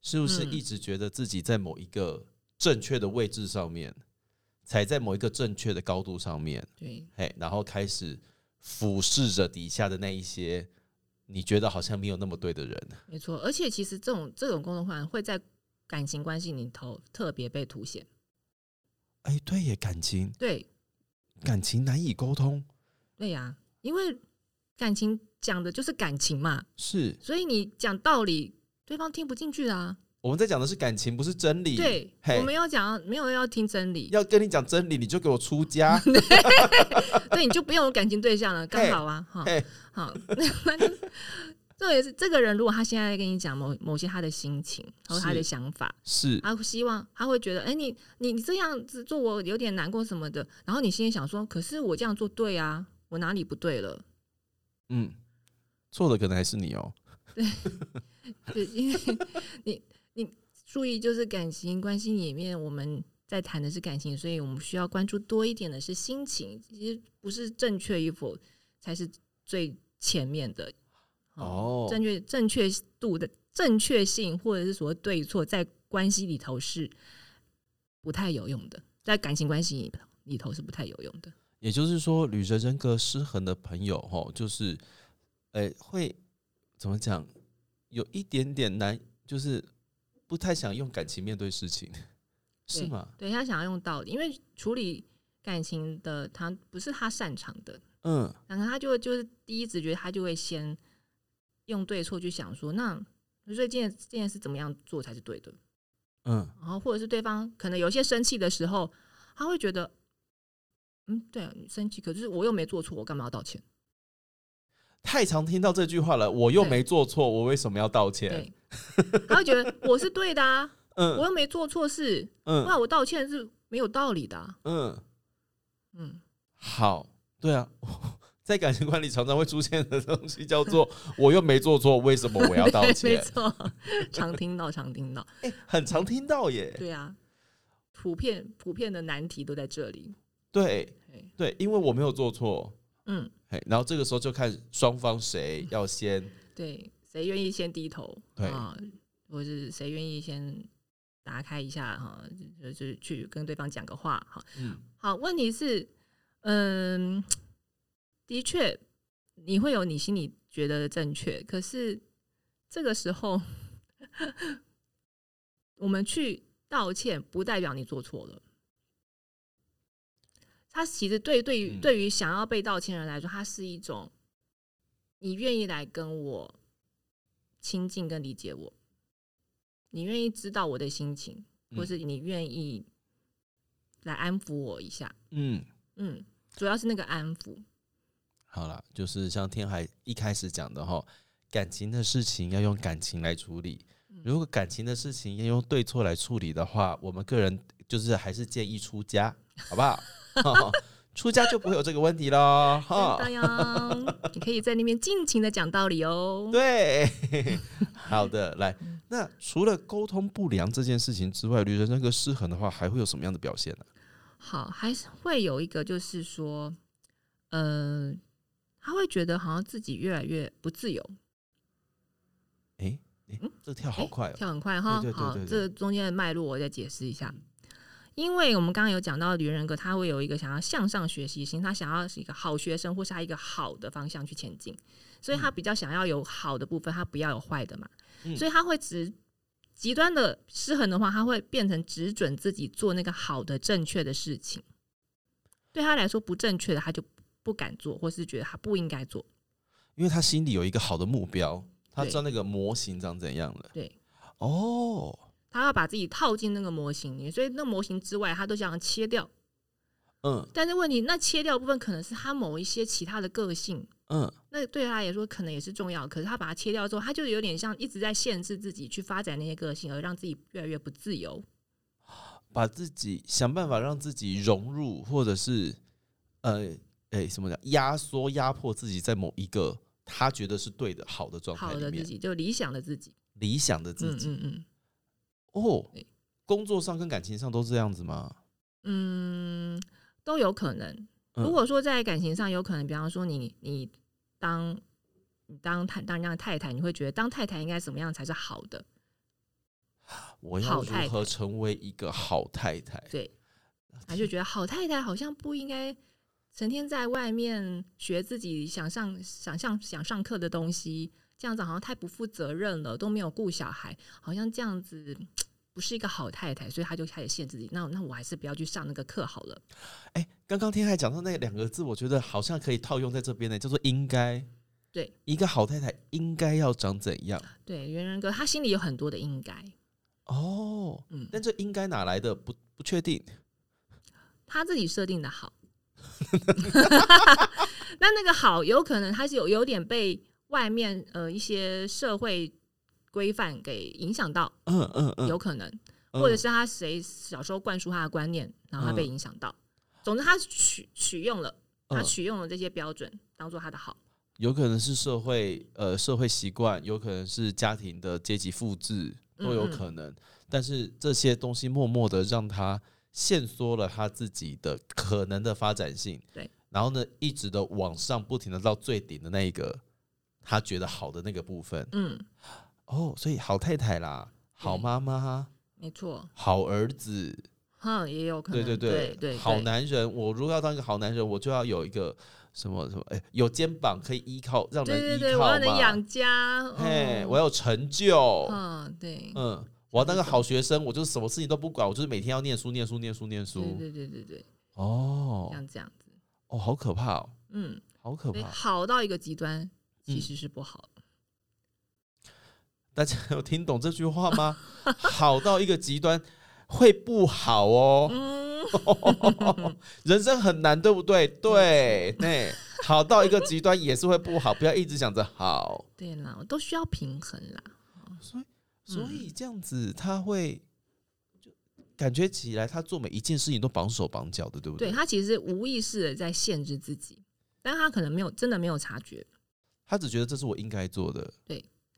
[SPEAKER 1] 是不是
[SPEAKER 2] 嗯
[SPEAKER 1] 一直觉得自己在某一个正确的位置上面，踩在某一个正确的高度上面，
[SPEAKER 2] 对，
[SPEAKER 1] 嘿，然后开始俯视着底下的那一些你觉得好像没有那么对的人。
[SPEAKER 2] 没错。而且其实这种这种沟通环会在感情关系里头特别被凸显。
[SPEAKER 1] 哎，对耶，感情
[SPEAKER 2] 对，
[SPEAKER 1] 感情难以沟通，
[SPEAKER 2] 对呀、因为感情讲的就是感情嘛，
[SPEAKER 1] 是
[SPEAKER 2] 所以你讲道理，对方听不进去啊。
[SPEAKER 1] 我们在讲的是感情，不是真理。
[SPEAKER 2] 对，
[SPEAKER 1] 嘿
[SPEAKER 2] 我们要讲，没有要听真理，
[SPEAKER 1] 要跟你讲真理，你就给我出 家。
[SPEAKER 2] 对，你就不用有感情对象了，刚好啊，哈
[SPEAKER 1] 嘿，
[SPEAKER 2] 好，那就这也是这个人，如果他现在在跟你讲某某些他的心情和他
[SPEAKER 1] 是
[SPEAKER 2] 的想法，
[SPEAKER 1] 是
[SPEAKER 2] 他希望他会觉得，哎、你你你这样子做我有点难过什么的，然后你心里想说，可是我这样做对啊，我哪里不对了？
[SPEAKER 1] 嗯，错的可能还是你哦。
[SPEAKER 2] 就因为你你注意，就是感情关系里面我们。在谈的是感情，所以我们需要关注多一点的是心情，其实不是正确与否才是最前面的
[SPEAKER 1] 哦
[SPEAKER 2] 正确正确度的正确性，或者是所谓对错，在关系里头是不太有用的，在感情关系里头里头是不太有用的。
[SPEAKER 1] 也就是说，女神人格失衡的朋友，哦，就是，呃、会怎么讲？有一点点难，就是不太想用感情面对事情，是吗？
[SPEAKER 2] 对他想要用道理，因为处理感情的他不是他擅长的，
[SPEAKER 1] 嗯，
[SPEAKER 2] 然后他就就是第一直觉他就会先用对错去想说，那所以这件这件事怎么样做才是对的，
[SPEAKER 1] 嗯，
[SPEAKER 2] 然后或者是对方可能有一些生气的时候，他会觉得。嗯，对啊，你生气，可是我又没做错，我干嘛要道歉？
[SPEAKER 1] 太常听到这句话了。我又
[SPEAKER 2] 对
[SPEAKER 1] 没做错，我为什么要道歉？
[SPEAKER 2] 对，他会觉得我是对的啊，我
[SPEAKER 1] 嗯
[SPEAKER 2] 又没做错事，
[SPEAKER 1] 嗯
[SPEAKER 2] 那我道歉是没有道理的啊、
[SPEAKER 1] 嗯，
[SPEAKER 2] 嗯，
[SPEAKER 1] 好，对啊， 在感情管理常常会出现的东西叫做“我又没做错，为什么我要道
[SPEAKER 2] 对没
[SPEAKER 1] 歉
[SPEAKER 2] 错，常听到，常听到，”？
[SPEAKER 1] 哎，很常听到耶。
[SPEAKER 2] 对啊，普遍普遍的难题都在这里。
[SPEAKER 1] 对
[SPEAKER 2] 对
[SPEAKER 1] 对，因为我没有做错，
[SPEAKER 2] 嗯，
[SPEAKER 1] 嘿，然后这个时候就看双方谁要先
[SPEAKER 2] 对，谁愿意先低头？
[SPEAKER 1] 对
[SPEAKER 2] 啊，或是谁愿意先打开一下哈、就就是去跟对方讲个话哈、
[SPEAKER 1] 嗯
[SPEAKER 2] 好，问题是，嗯，的确你会有你心里觉得的正确，可是这个时候我们去道歉，不代表你做错了。他其实对对于
[SPEAKER 1] 嗯
[SPEAKER 2] 对于想要被道歉的人来说，他是一种你愿意来跟我亲近跟理解我，你愿意知道我的心情，或
[SPEAKER 1] 嗯
[SPEAKER 2] 是你愿意来安抚我一下。
[SPEAKER 1] 嗯，
[SPEAKER 2] 嗯，主要是那个安抚。
[SPEAKER 1] 好了，就是像天海一开始讲的哈，感情的事情要用感情来处理。如果感情的事情要用对错来处理的话，我们个人就是还是建议出家，好不好？ 哈出家就不会有这个问题喽。哈。
[SPEAKER 2] 当然，你可以在那边尽情的讲道理哦。
[SPEAKER 1] 对， 好的，来，那除了沟通不良这件事情之外，女人人格失衡的话，还会有什么样的表现呢、
[SPEAKER 2] 好，还是会有一个，就是说，呃，他会觉得好像自己越来越不自由，
[SPEAKER 1] 诶
[SPEAKER 2] 嗯
[SPEAKER 1] 这个跳好快哦，
[SPEAKER 2] 跳很快哈。
[SPEAKER 1] 对对对
[SPEAKER 2] 好
[SPEAKER 1] 对，对
[SPEAKER 2] 这个中间的脉络我再解释一下。因为我们刚刚有讲到女人格，她会有一个想要向上学习心，她想要是一个好学生，或是她一个好的方向去前进，所以她比较想要有好的部分，她不要有坏的嘛。
[SPEAKER 1] 嗯
[SPEAKER 2] 所以她会只极端的失衡的话，她会变成只准自己做那个好的、正确的事情。对她来说，不正确的她就不敢做，或是觉得她不应该做。
[SPEAKER 1] 因为他心里有一个好的目标，他
[SPEAKER 2] 对
[SPEAKER 1] 知道那个模型长怎样了。
[SPEAKER 2] 对，
[SPEAKER 1] 哦，
[SPEAKER 2] 她要把自己套进那个模型里，所以那模型之外，她都想要切掉。
[SPEAKER 1] 嗯
[SPEAKER 2] 但是问题，那切掉部分可能是他某一些其他的个性，
[SPEAKER 1] 嗯，
[SPEAKER 2] 那对他来说可能也是重要。可是他把它切掉之后，他就有点像一直在限制自己去发展那些个性，而让自己越来越不自由。
[SPEAKER 1] 把自己想办法让自己融入，或者是呃，哎，什么讲，压缩、压迫自己在某一个他觉得是对的、好的状态
[SPEAKER 2] 好
[SPEAKER 1] 里
[SPEAKER 2] 的自
[SPEAKER 1] 面，
[SPEAKER 2] 己，就理想的自己。
[SPEAKER 1] 理想的自
[SPEAKER 2] 嗯
[SPEAKER 1] 己。
[SPEAKER 2] 嗯嗯
[SPEAKER 1] 哦
[SPEAKER 2] 对，
[SPEAKER 1] 工作上跟感情上都这样子吗？
[SPEAKER 2] 嗯，都有可能。
[SPEAKER 1] 嗯
[SPEAKER 2] 如果说在感情上有可能，比方说你你当你当太当人家的太太，你会觉得当太太应该怎么样才是好的？
[SPEAKER 1] 我要
[SPEAKER 2] 好
[SPEAKER 1] 如
[SPEAKER 2] 太
[SPEAKER 1] 何
[SPEAKER 2] 太
[SPEAKER 1] 成为一个好太太？
[SPEAKER 2] 对，他就觉得好太太好像不应该成天在外面学自己想上想上想上课的东西，这样子好像太不负责任了，都没有顾小孩，好像这样子不是一个好太太，所以他就开始限制自己。那那我还是不要去上那个课好了。
[SPEAKER 1] 哎，刚刚天海讲到那两个字，我觉得好像可以套用在这边呢，叫做应该。
[SPEAKER 2] 对，
[SPEAKER 1] 一个好太太应该要长怎样？
[SPEAKER 2] 对，袁仁哥他心里有很多的应该，
[SPEAKER 1] 哦，
[SPEAKER 2] 嗯，
[SPEAKER 1] 但这应该哪来的？不不确定。
[SPEAKER 2] 他自己设定的好。 那那个好，有可能他是有有点被外面呃一些社会规范给影响到，
[SPEAKER 1] 嗯嗯嗯，
[SPEAKER 2] 有可能。
[SPEAKER 1] 嗯
[SPEAKER 2] 或者是他谁小时候灌输他的观念，然后他被
[SPEAKER 1] 嗯
[SPEAKER 2] 影响到。总之，他取取用了，他
[SPEAKER 1] 嗯
[SPEAKER 2] 取用了这些标准，当做他的好。
[SPEAKER 1] 有可能是社会呃社会习惯，有可能是家庭的阶级复制
[SPEAKER 2] 嗯
[SPEAKER 1] 都有可能，但是这些东西默默的让他限缩了他自己的可能的发展性。
[SPEAKER 2] 对，
[SPEAKER 1] 然后呢，一直的往上，不停的到最顶的那一个他觉得好的那个部分。
[SPEAKER 2] 嗯，
[SPEAKER 1] 哦，所以好太太啦，好妈妈，
[SPEAKER 2] 没错，
[SPEAKER 1] 好儿子，
[SPEAKER 2] 哼，也有可
[SPEAKER 1] 对
[SPEAKER 2] 能，
[SPEAKER 1] 对
[SPEAKER 2] 嗯对
[SPEAKER 1] 好
[SPEAKER 2] 对
[SPEAKER 1] 男人。我如果要当一个好男人，我就要有一个什么什么，哎、有肩膀可以依靠，让
[SPEAKER 2] 对对
[SPEAKER 1] 人依
[SPEAKER 2] 对，
[SPEAKER 1] 靠嘛。
[SPEAKER 2] 我要能养家，
[SPEAKER 1] 嘿，
[SPEAKER 2] 嗯
[SPEAKER 1] 我要有成就，
[SPEAKER 2] 嗯，对，
[SPEAKER 1] 嗯，我要当个好学生，我就是什么事情都不管，我就是每天要念书，念书，念书，念
[SPEAKER 2] 对
[SPEAKER 1] 书。
[SPEAKER 2] 对对对对，
[SPEAKER 1] 哦
[SPEAKER 2] 像这样子，
[SPEAKER 1] 哦，好可怕哦，
[SPEAKER 2] 嗯，
[SPEAKER 1] 好可
[SPEAKER 2] 所以
[SPEAKER 1] 怕！
[SPEAKER 2] 好到一个极端
[SPEAKER 1] 嗯
[SPEAKER 2] 其实是不好的，
[SPEAKER 1] 大家有听懂这句话吗？ 好到一个极端会不好 哦，
[SPEAKER 2] 嗯，
[SPEAKER 1] 人生很难，对不对？对，对，好到一个极端也是会不好，不要一直想着好。
[SPEAKER 2] 对啦，我都需要平衡啦，
[SPEAKER 1] 所以，
[SPEAKER 2] 嗯
[SPEAKER 1] 所以这样子他会就感觉起来，他做每一件事情都绑手绑脚的，对不
[SPEAKER 2] 对他其实无意识的在限制自己，但他可能没有真的没有察觉，
[SPEAKER 1] 他只觉得这是我应该做的，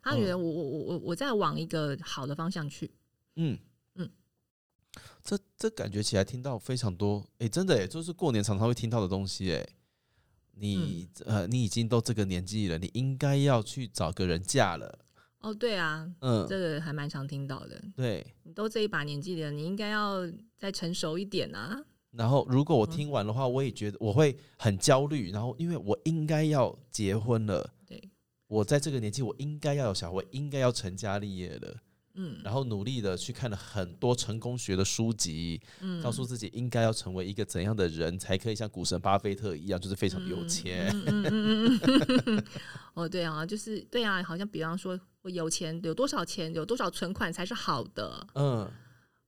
[SPEAKER 2] 他觉得我我我我我在往一个好的方向去，
[SPEAKER 1] 嗯，嗯
[SPEAKER 2] 嗯，
[SPEAKER 1] 这这感觉起来听到非常多，哎、真的哎，就是过年常常会听到的东西哎。你、
[SPEAKER 2] 嗯
[SPEAKER 1] 呃，你已经都这个年纪了，你应该要去找个人嫁了。
[SPEAKER 2] 哦，对啊，
[SPEAKER 1] 嗯，
[SPEAKER 2] 这个还蛮常听到的。
[SPEAKER 1] 对。
[SPEAKER 2] 你都这一把年纪了，你应该要再成熟一点啊。
[SPEAKER 1] 然后如果我
[SPEAKER 2] 嗯
[SPEAKER 1] 听完的话，我也觉得我会很焦虑。然后因为我应该要结婚了，
[SPEAKER 2] 对，
[SPEAKER 1] 我在这个年纪，我应该要有小孩，我应该要成家立业了。
[SPEAKER 2] 嗯
[SPEAKER 1] 然后努力的去看了很多成功学的书籍，
[SPEAKER 2] 嗯，
[SPEAKER 1] 告诉自己应该要成为一个怎样的人，才可以像股神巴菲特一样，就是非常的有钱。
[SPEAKER 2] 嗯嗯嗯嗯嗯嗯， 哦，对啊，就是对啊，好像比方说我有钱，有多少钱，有多少存款才是好的，
[SPEAKER 1] 嗯，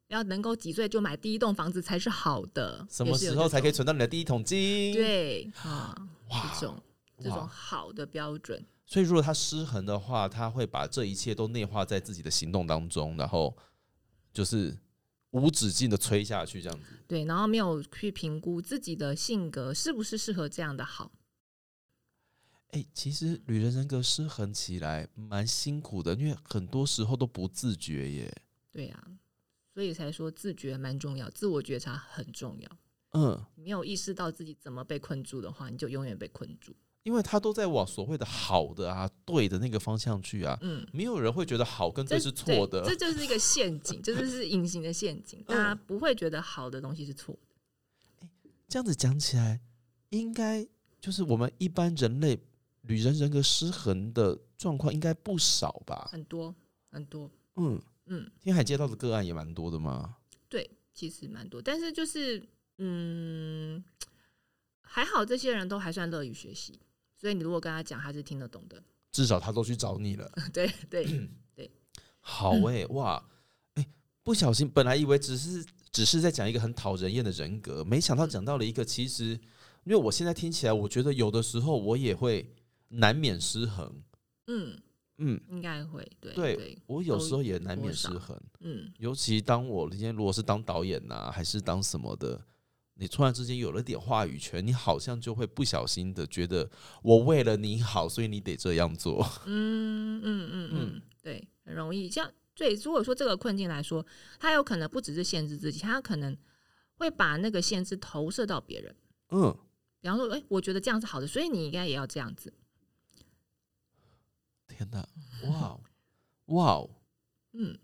[SPEAKER 2] 要能够几岁就买第一栋房子才是好的，
[SPEAKER 1] 什么时候才可以存到你的第一桶金？
[SPEAKER 2] 以，对啊，
[SPEAKER 1] 哇
[SPEAKER 2] 这种这种
[SPEAKER 1] 哇！
[SPEAKER 2] 好的标准，
[SPEAKER 1] 所以如果他失衡的话，他会把这一切都内化在自己的行动当中，然后就是无止境的吹下去，这样子。
[SPEAKER 2] 对，然后没有去评估自己的性格是不是适合这样的好。
[SPEAKER 1] 哎、其实女人人格失衡起来蛮辛苦的，因为很多时候都不自觉耶。
[SPEAKER 2] 对呀、所以才说自觉蛮重要，自我觉察很重要。
[SPEAKER 1] 嗯，
[SPEAKER 2] 你没有意识到自己怎么被困住的话，你就永远被困住。
[SPEAKER 1] 因为他都在往所谓的好的啊、对的那个方向去啊，
[SPEAKER 2] 嗯，
[SPEAKER 1] 没有人会觉得好跟对
[SPEAKER 2] 这
[SPEAKER 1] 是错的嗯
[SPEAKER 2] 对。这就是一个陷阱，这就是隐形的陷阱，大家不会觉得好的东西是错的。
[SPEAKER 1] 这样子讲起来，应该就是我们一般人类与人人格失衡的状况应该不少吧？
[SPEAKER 2] 很多很多，
[SPEAKER 1] 嗯，
[SPEAKER 2] 嗯，
[SPEAKER 1] 天海接到的个案也蛮多的嘛。
[SPEAKER 2] 对，其实蛮多，但是就是嗯，还好这些人都还算乐于学习，所以你如果跟他讲，他是听得懂的。
[SPEAKER 1] 至少他都去找你了。
[SPEAKER 2] 对对，
[SPEAKER 1] 好诶、哇，诶、不小心本来以为只是只是在讲一个很讨人厌的人格，没想到讲到了一个其实，因为我现在听起来，我觉得有的时候我也会难免失衡。
[SPEAKER 2] 嗯，
[SPEAKER 1] 嗯，
[SPEAKER 2] 应该会，对
[SPEAKER 1] 对
[SPEAKER 2] 对，
[SPEAKER 1] 我有
[SPEAKER 2] 都
[SPEAKER 1] 时候也难
[SPEAKER 2] 多
[SPEAKER 1] 免失
[SPEAKER 2] 少
[SPEAKER 1] 衡，
[SPEAKER 2] 嗯
[SPEAKER 1] 尤其当我今天如果是当导演呐、啊还是当什么的。你突然之间有了点话语权，你好像就会不小心的觉得，我为了你好，所以你得这样做。
[SPEAKER 2] 嗯嗯嗯
[SPEAKER 1] 嗯
[SPEAKER 2] 嗯，对，很容易。像对，如果说这个困境来说，他有可能不只是限制自己，他可能会把那个限制投射到别人。
[SPEAKER 1] 嗯，
[SPEAKER 2] 比方说，哎、我觉得这样是好的，所以你应该也要这样子。
[SPEAKER 1] 天哪，哇哦，哇哦，
[SPEAKER 2] 嗯，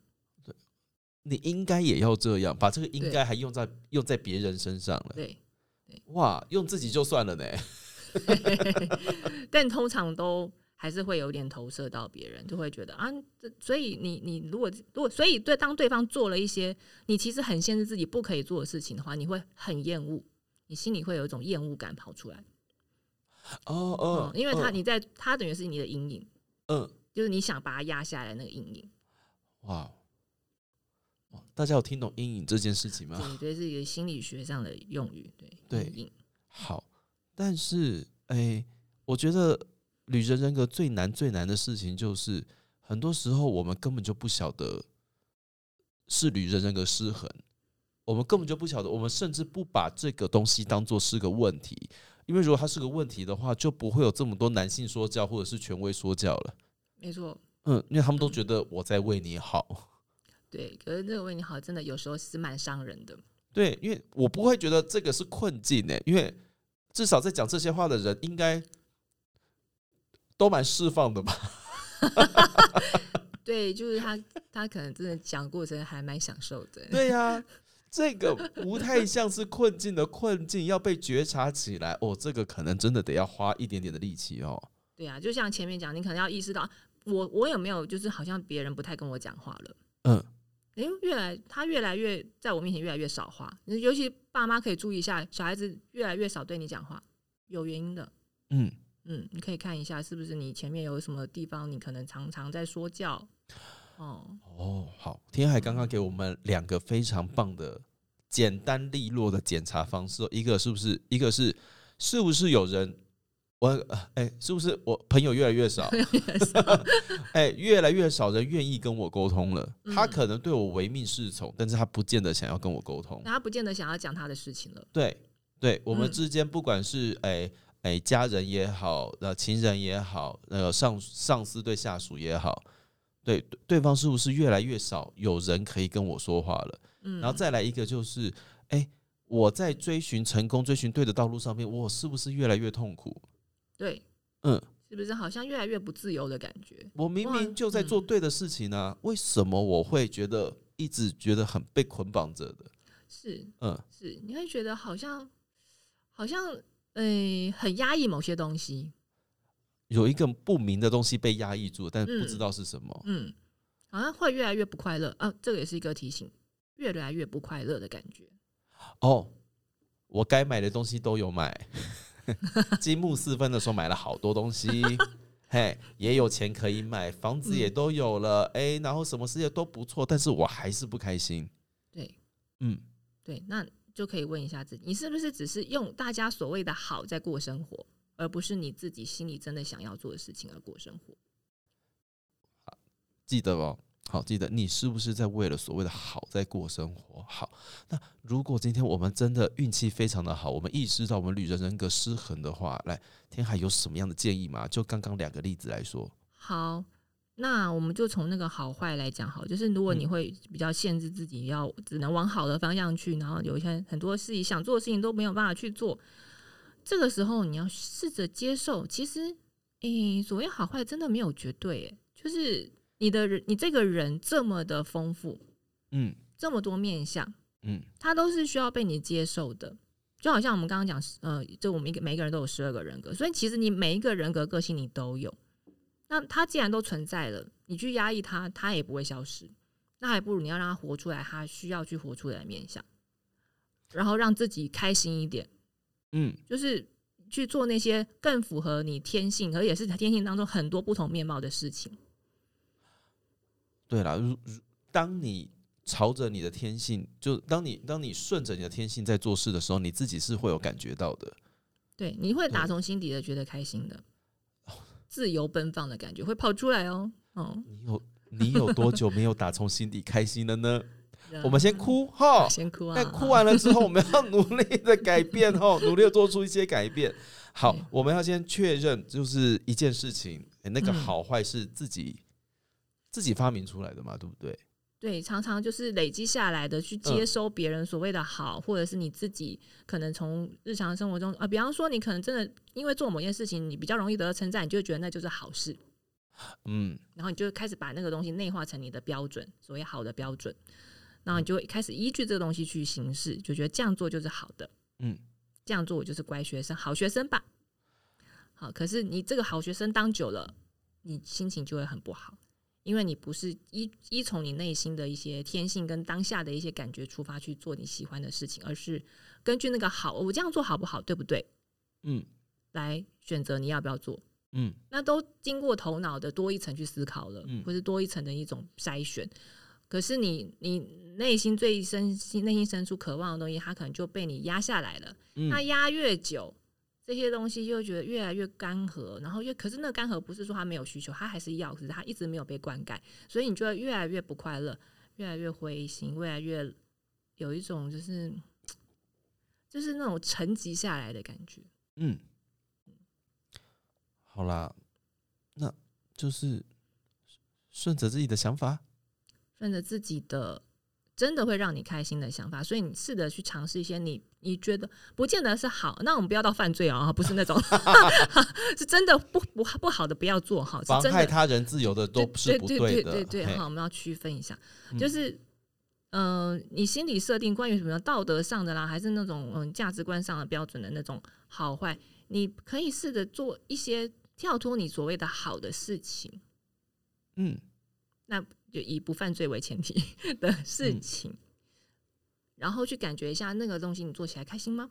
[SPEAKER 1] 你应该也要这样，把这个应
[SPEAKER 2] 对
[SPEAKER 1] 该还用在用在别人身上了。
[SPEAKER 2] 对。
[SPEAKER 1] 哇，用自己就算了呢。
[SPEAKER 2] 但通常都还是会有点投射到别人，就会觉得啊，这所以你你如果如果所以对当对方做了一些你其实很限制自己不可以做的事情的话，你会很厌恶，你心里会有一种厌恶感跑出来。
[SPEAKER 1] 哦
[SPEAKER 2] 嗯
[SPEAKER 1] 哦，，
[SPEAKER 2] 因为他
[SPEAKER 1] 哦
[SPEAKER 2] 你在他等于是你的阴影，
[SPEAKER 1] 嗯，
[SPEAKER 2] 就是你想把它压下来的那个阴影，
[SPEAKER 1] 哇哦哇，大家有听懂阴影这件事情吗？
[SPEAKER 2] 对，对，是一个心理学上的用语，对，
[SPEAKER 1] 啊对
[SPEAKER 2] 阴影，
[SPEAKER 1] 好，但是哎、我觉得旅人人格最难最难的事情就是，很多时候我们根本就不晓得是旅人人格失衡，我们根本就不晓得，我们甚至不把这个东西当做是个问题，因为如果它是个问题的话，就不会有这么多男性说教或者是权威说教了。
[SPEAKER 2] 没错，
[SPEAKER 1] 嗯，因为他们都觉得我在为你好。
[SPEAKER 2] 对。可是这个为你好，真的有时候是蛮伤人的，
[SPEAKER 1] 对，因为我不会觉得这个是困境诶、因为至少在讲这些话的人应该都蛮释放的吧。
[SPEAKER 2] 对，就是他他可能真的讲过程还蛮享受的，
[SPEAKER 1] 对呀、这个不太像是困境的困境，要被觉察起来哦。这个可能真的得要花一点点的力气哦。
[SPEAKER 2] 对啊，就像前面讲，你可能要意识到我我有没有就是好像别人不太跟我讲话了。
[SPEAKER 1] 嗯，
[SPEAKER 2] 因为越来他越来越在我面前越来越少话，尤其爸妈可以注意一下，小孩子越来越少对你讲话，有原因的。
[SPEAKER 1] 嗯，
[SPEAKER 2] 嗯，你可以看一下是不是你前面有什么地方你可能常常在说教。哦，
[SPEAKER 1] 哦，好，天海刚刚给我们两个非常棒的、简单利落的检查方式哦，一个是不是，一个是是不是有人。我呃哎、是不是我朋友越来越少？哎、越来越少人愿意跟我沟通了。他
[SPEAKER 2] 嗯
[SPEAKER 1] 可能对我唯命是从，但是他不见得想要跟我沟通。
[SPEAKER 2] 那他不见得想要讲他的事情了。
[SPEAKER 1] 对对，我们
[SPEAKER 2] 嗯
[SPEAKER 1] 之间不管是诶诶家人也好，呃情人也好，那个上上司对下属也好，对对方是不是越来越少有人可以跟我说话了？
[SPEAKER 2] 嗯，
[SPEAKER 1] 然后再来一个就是，诶，我在追寻成功、追寻对的道路上面，我是不是越来越痛苦？
[SPEAKER 2] 对，
[SPEAKER 1] 嗯，
[SPEAKER 2] 是不是好像越来越不自由的感觉？
[SPEAKER 1] 我明
[SPEAKER 2] 哇
[SPEAKER 1] 明就在做
[SPEAKER 2] 嗯
[SPEAKER 1] 对的事情啊，为什么我会觉得一直觉得很被捆绑着的？
[SPEAKER 2] 是，
[SPEAKER 1] 嗯，
[SPEAKER 2] 是，你会觉得好像好像诶、呃很压抑某些东西，
[SPEAKER 1] 有一个不明的东西被压抑住，但不知
[SPEAKER 2] 嗯
[SPEAKER 1] 道是什么。
[SPEAKER 2] 嗯，好像会越来越不快乐啊。这个也是一个提醒，越来越不快乐的感觉。
[SPEAKER 1] 哦，我该买的东西都有买。 金木四分的时候买了好多东 西，嘿，也有钱可以买，房子也都有了，哎、然后什么事业都不错，但是我还是不开心。
[SPEAKER 2] 对
[SPEAKER 1] 嗯，
[SPEAKER 2] 对，那就可以问一下自己，你是不是只是用大家所谓的好在过生活，而不是你自己心里真的想要做的事情而过生活？
[SPEAKER 1] 记得哦，好，记得你是不是在为了所谓的好在过生活？好，那如果今天我们真的运气非常的好，我们意识到我们旅人人格失衡的话，来，天海有什么样的建议吗？就刚刚两个例子来说，
[SPEAKER 2] 好。那我们就从那个好坏来讲，好，就是如果你
[SPEAKER 1] 嗯
[SPEAKER 2] 会比较限制自己，要只能往好的方向去，然后有一些很多事情想做的事情都没有办法去做，这个时候你要试着接受，其实，诶，所谓好坏真的没有绝对，诶，就是你的人，你这个人这么的丰富，
[SPEAKER 1] 嗯
[SPEAKER 2] 这么多面相，
[SPEAKER 1] 嗯
[SPEAKER 2] 它都是需要被你接受的。就好像我们刚刚讲，呃，就我们一个每一个人都有十二个人格，所以其实你每一个人格个性你都有。那它既然都存在了，你去压抑它，它也不会消失。那还不如你要让它活出来，它需要去活出来的面相，然后让自己开心一点，
[SPEAKER 1] 嗯
[SPEAKER 2] 就是去做那些更符合你天性，而也是天性当中很多不同面貌的事情。
[SPEAKER 1] 对了，如如当你朝着你的天性，就当你当你顺着你的天性在做事的时候，你自己是会有感觉到的。
[SPEAKER 2] 对，你会打
[SPEAKER 1] 对
[SPEAKER 2] 从心底的觉得开心的，自由奔放的感觉会跑出来哦。哦，
[SPEAKER 1] 你有你有多久没有打从心底开心了呢？
[SPEAKER 2] 对啊
[SPEAKER 1] 我们先哭哈，
[SPEAKER 2] 先哭啊！
[SPEAKER 1] 但哭完了之后，我们要努力的改变哦，努力的做出一些改变。好
[SPEAKER 2] 对，
[SPEAKER 1] 我们要先确认，就是一件事情，诶那个
[SPEAKER 2] 嗯
[SPEAKER 1] 好坏是自己、自己发明出来的嘛，对不对？
[SPEAKER 2] 对，常常就是累积下来的，去接收别人所谓的好，或者是你自己可能从日常生活中啊，比方说你可能真的因为做某件事情，你比较容易得到称赞，你就会觉得那就是好事，
[SPEAKER 1] 嗯，
[SPEAKER 2] 然后你就开始把那个东西内化成你的标准，所谓好的标准，然后你就会开始依据这个东西去行事，就觉得这样做就是好的，
[SPEAKER 1] 嗯，
[SPEAKER 2] 这样做我就是乖学生，好学生吧。好，可是你这个好学生当久了，你心情就会很不好，因为你不是依依从你内心的一些天性跟当下的一些感觉出发去做你喜欢的事情，而是根据那个好，我这样做好不好，对不对？
[SPEAKER 1] 嗯
[SPEAKER 2] 来选择你要不要做。
[SPEAKER 1] 嗯
[SPEAKER 2] 那都经过头脑的多一层去思考了，
[SPEAKER 1] 嗯
[SPEAKER 2] 或是多一层的一种筛选。可是你你内心最深内心深处渴望的东西，它可能就被你压下来了。那
[SPEAKER 1] 嗯，
[SPEAKER 2] 压越久，这些东西就会觉得越来越干涸，然后越可是那个干涸不是说它没有需求，它还是要，可是它一直没有被灌溉，所以你就会越来越不快乐，越来越灰心，越来越有一种就是就是那种沉积下来的感觉。
[SPEAKER 1] 嗯，好啦，那就是顺着自己的想法。
[SPEAKER 2] 顺着自己的真的会让你开心的想法，所以你试着去尝试一些你你觉得不见得是好，那我们不要到犯罪哦，不 是那种 是真的不不不好的不要做哈，
[SPEAKER 1] 妨
[SPEAKER 2] 是真
[SPEAKER 1] 害
[SPEAKER 2] 的
[SPEAKER 1] 他人自由的都不是不
[SPEAKER 2] 对对
[SPEAKER 1] 的。
[SPEAKER 2] 对
[SPEAKER 1] 嘿
[SPEAKER 2] 对对，好，我们要区分一下，
[SPEAKER 1] 嗯
[SPEAKER 2] 就是。嗯、你心理设定关于什么道德上的啦，还是那种嗯价值观上的标准的那种好坏，你可以试着做一些跳脱你所谓的好的事情，
[SPEAKER 1] 嗯
[SPEAKER 2] 就以不犯罪为前提的
[SPEAKER 1] 嗯
[SPEAKER 2] 事情，然后去感觉一下那个东西，你做起来开心吗？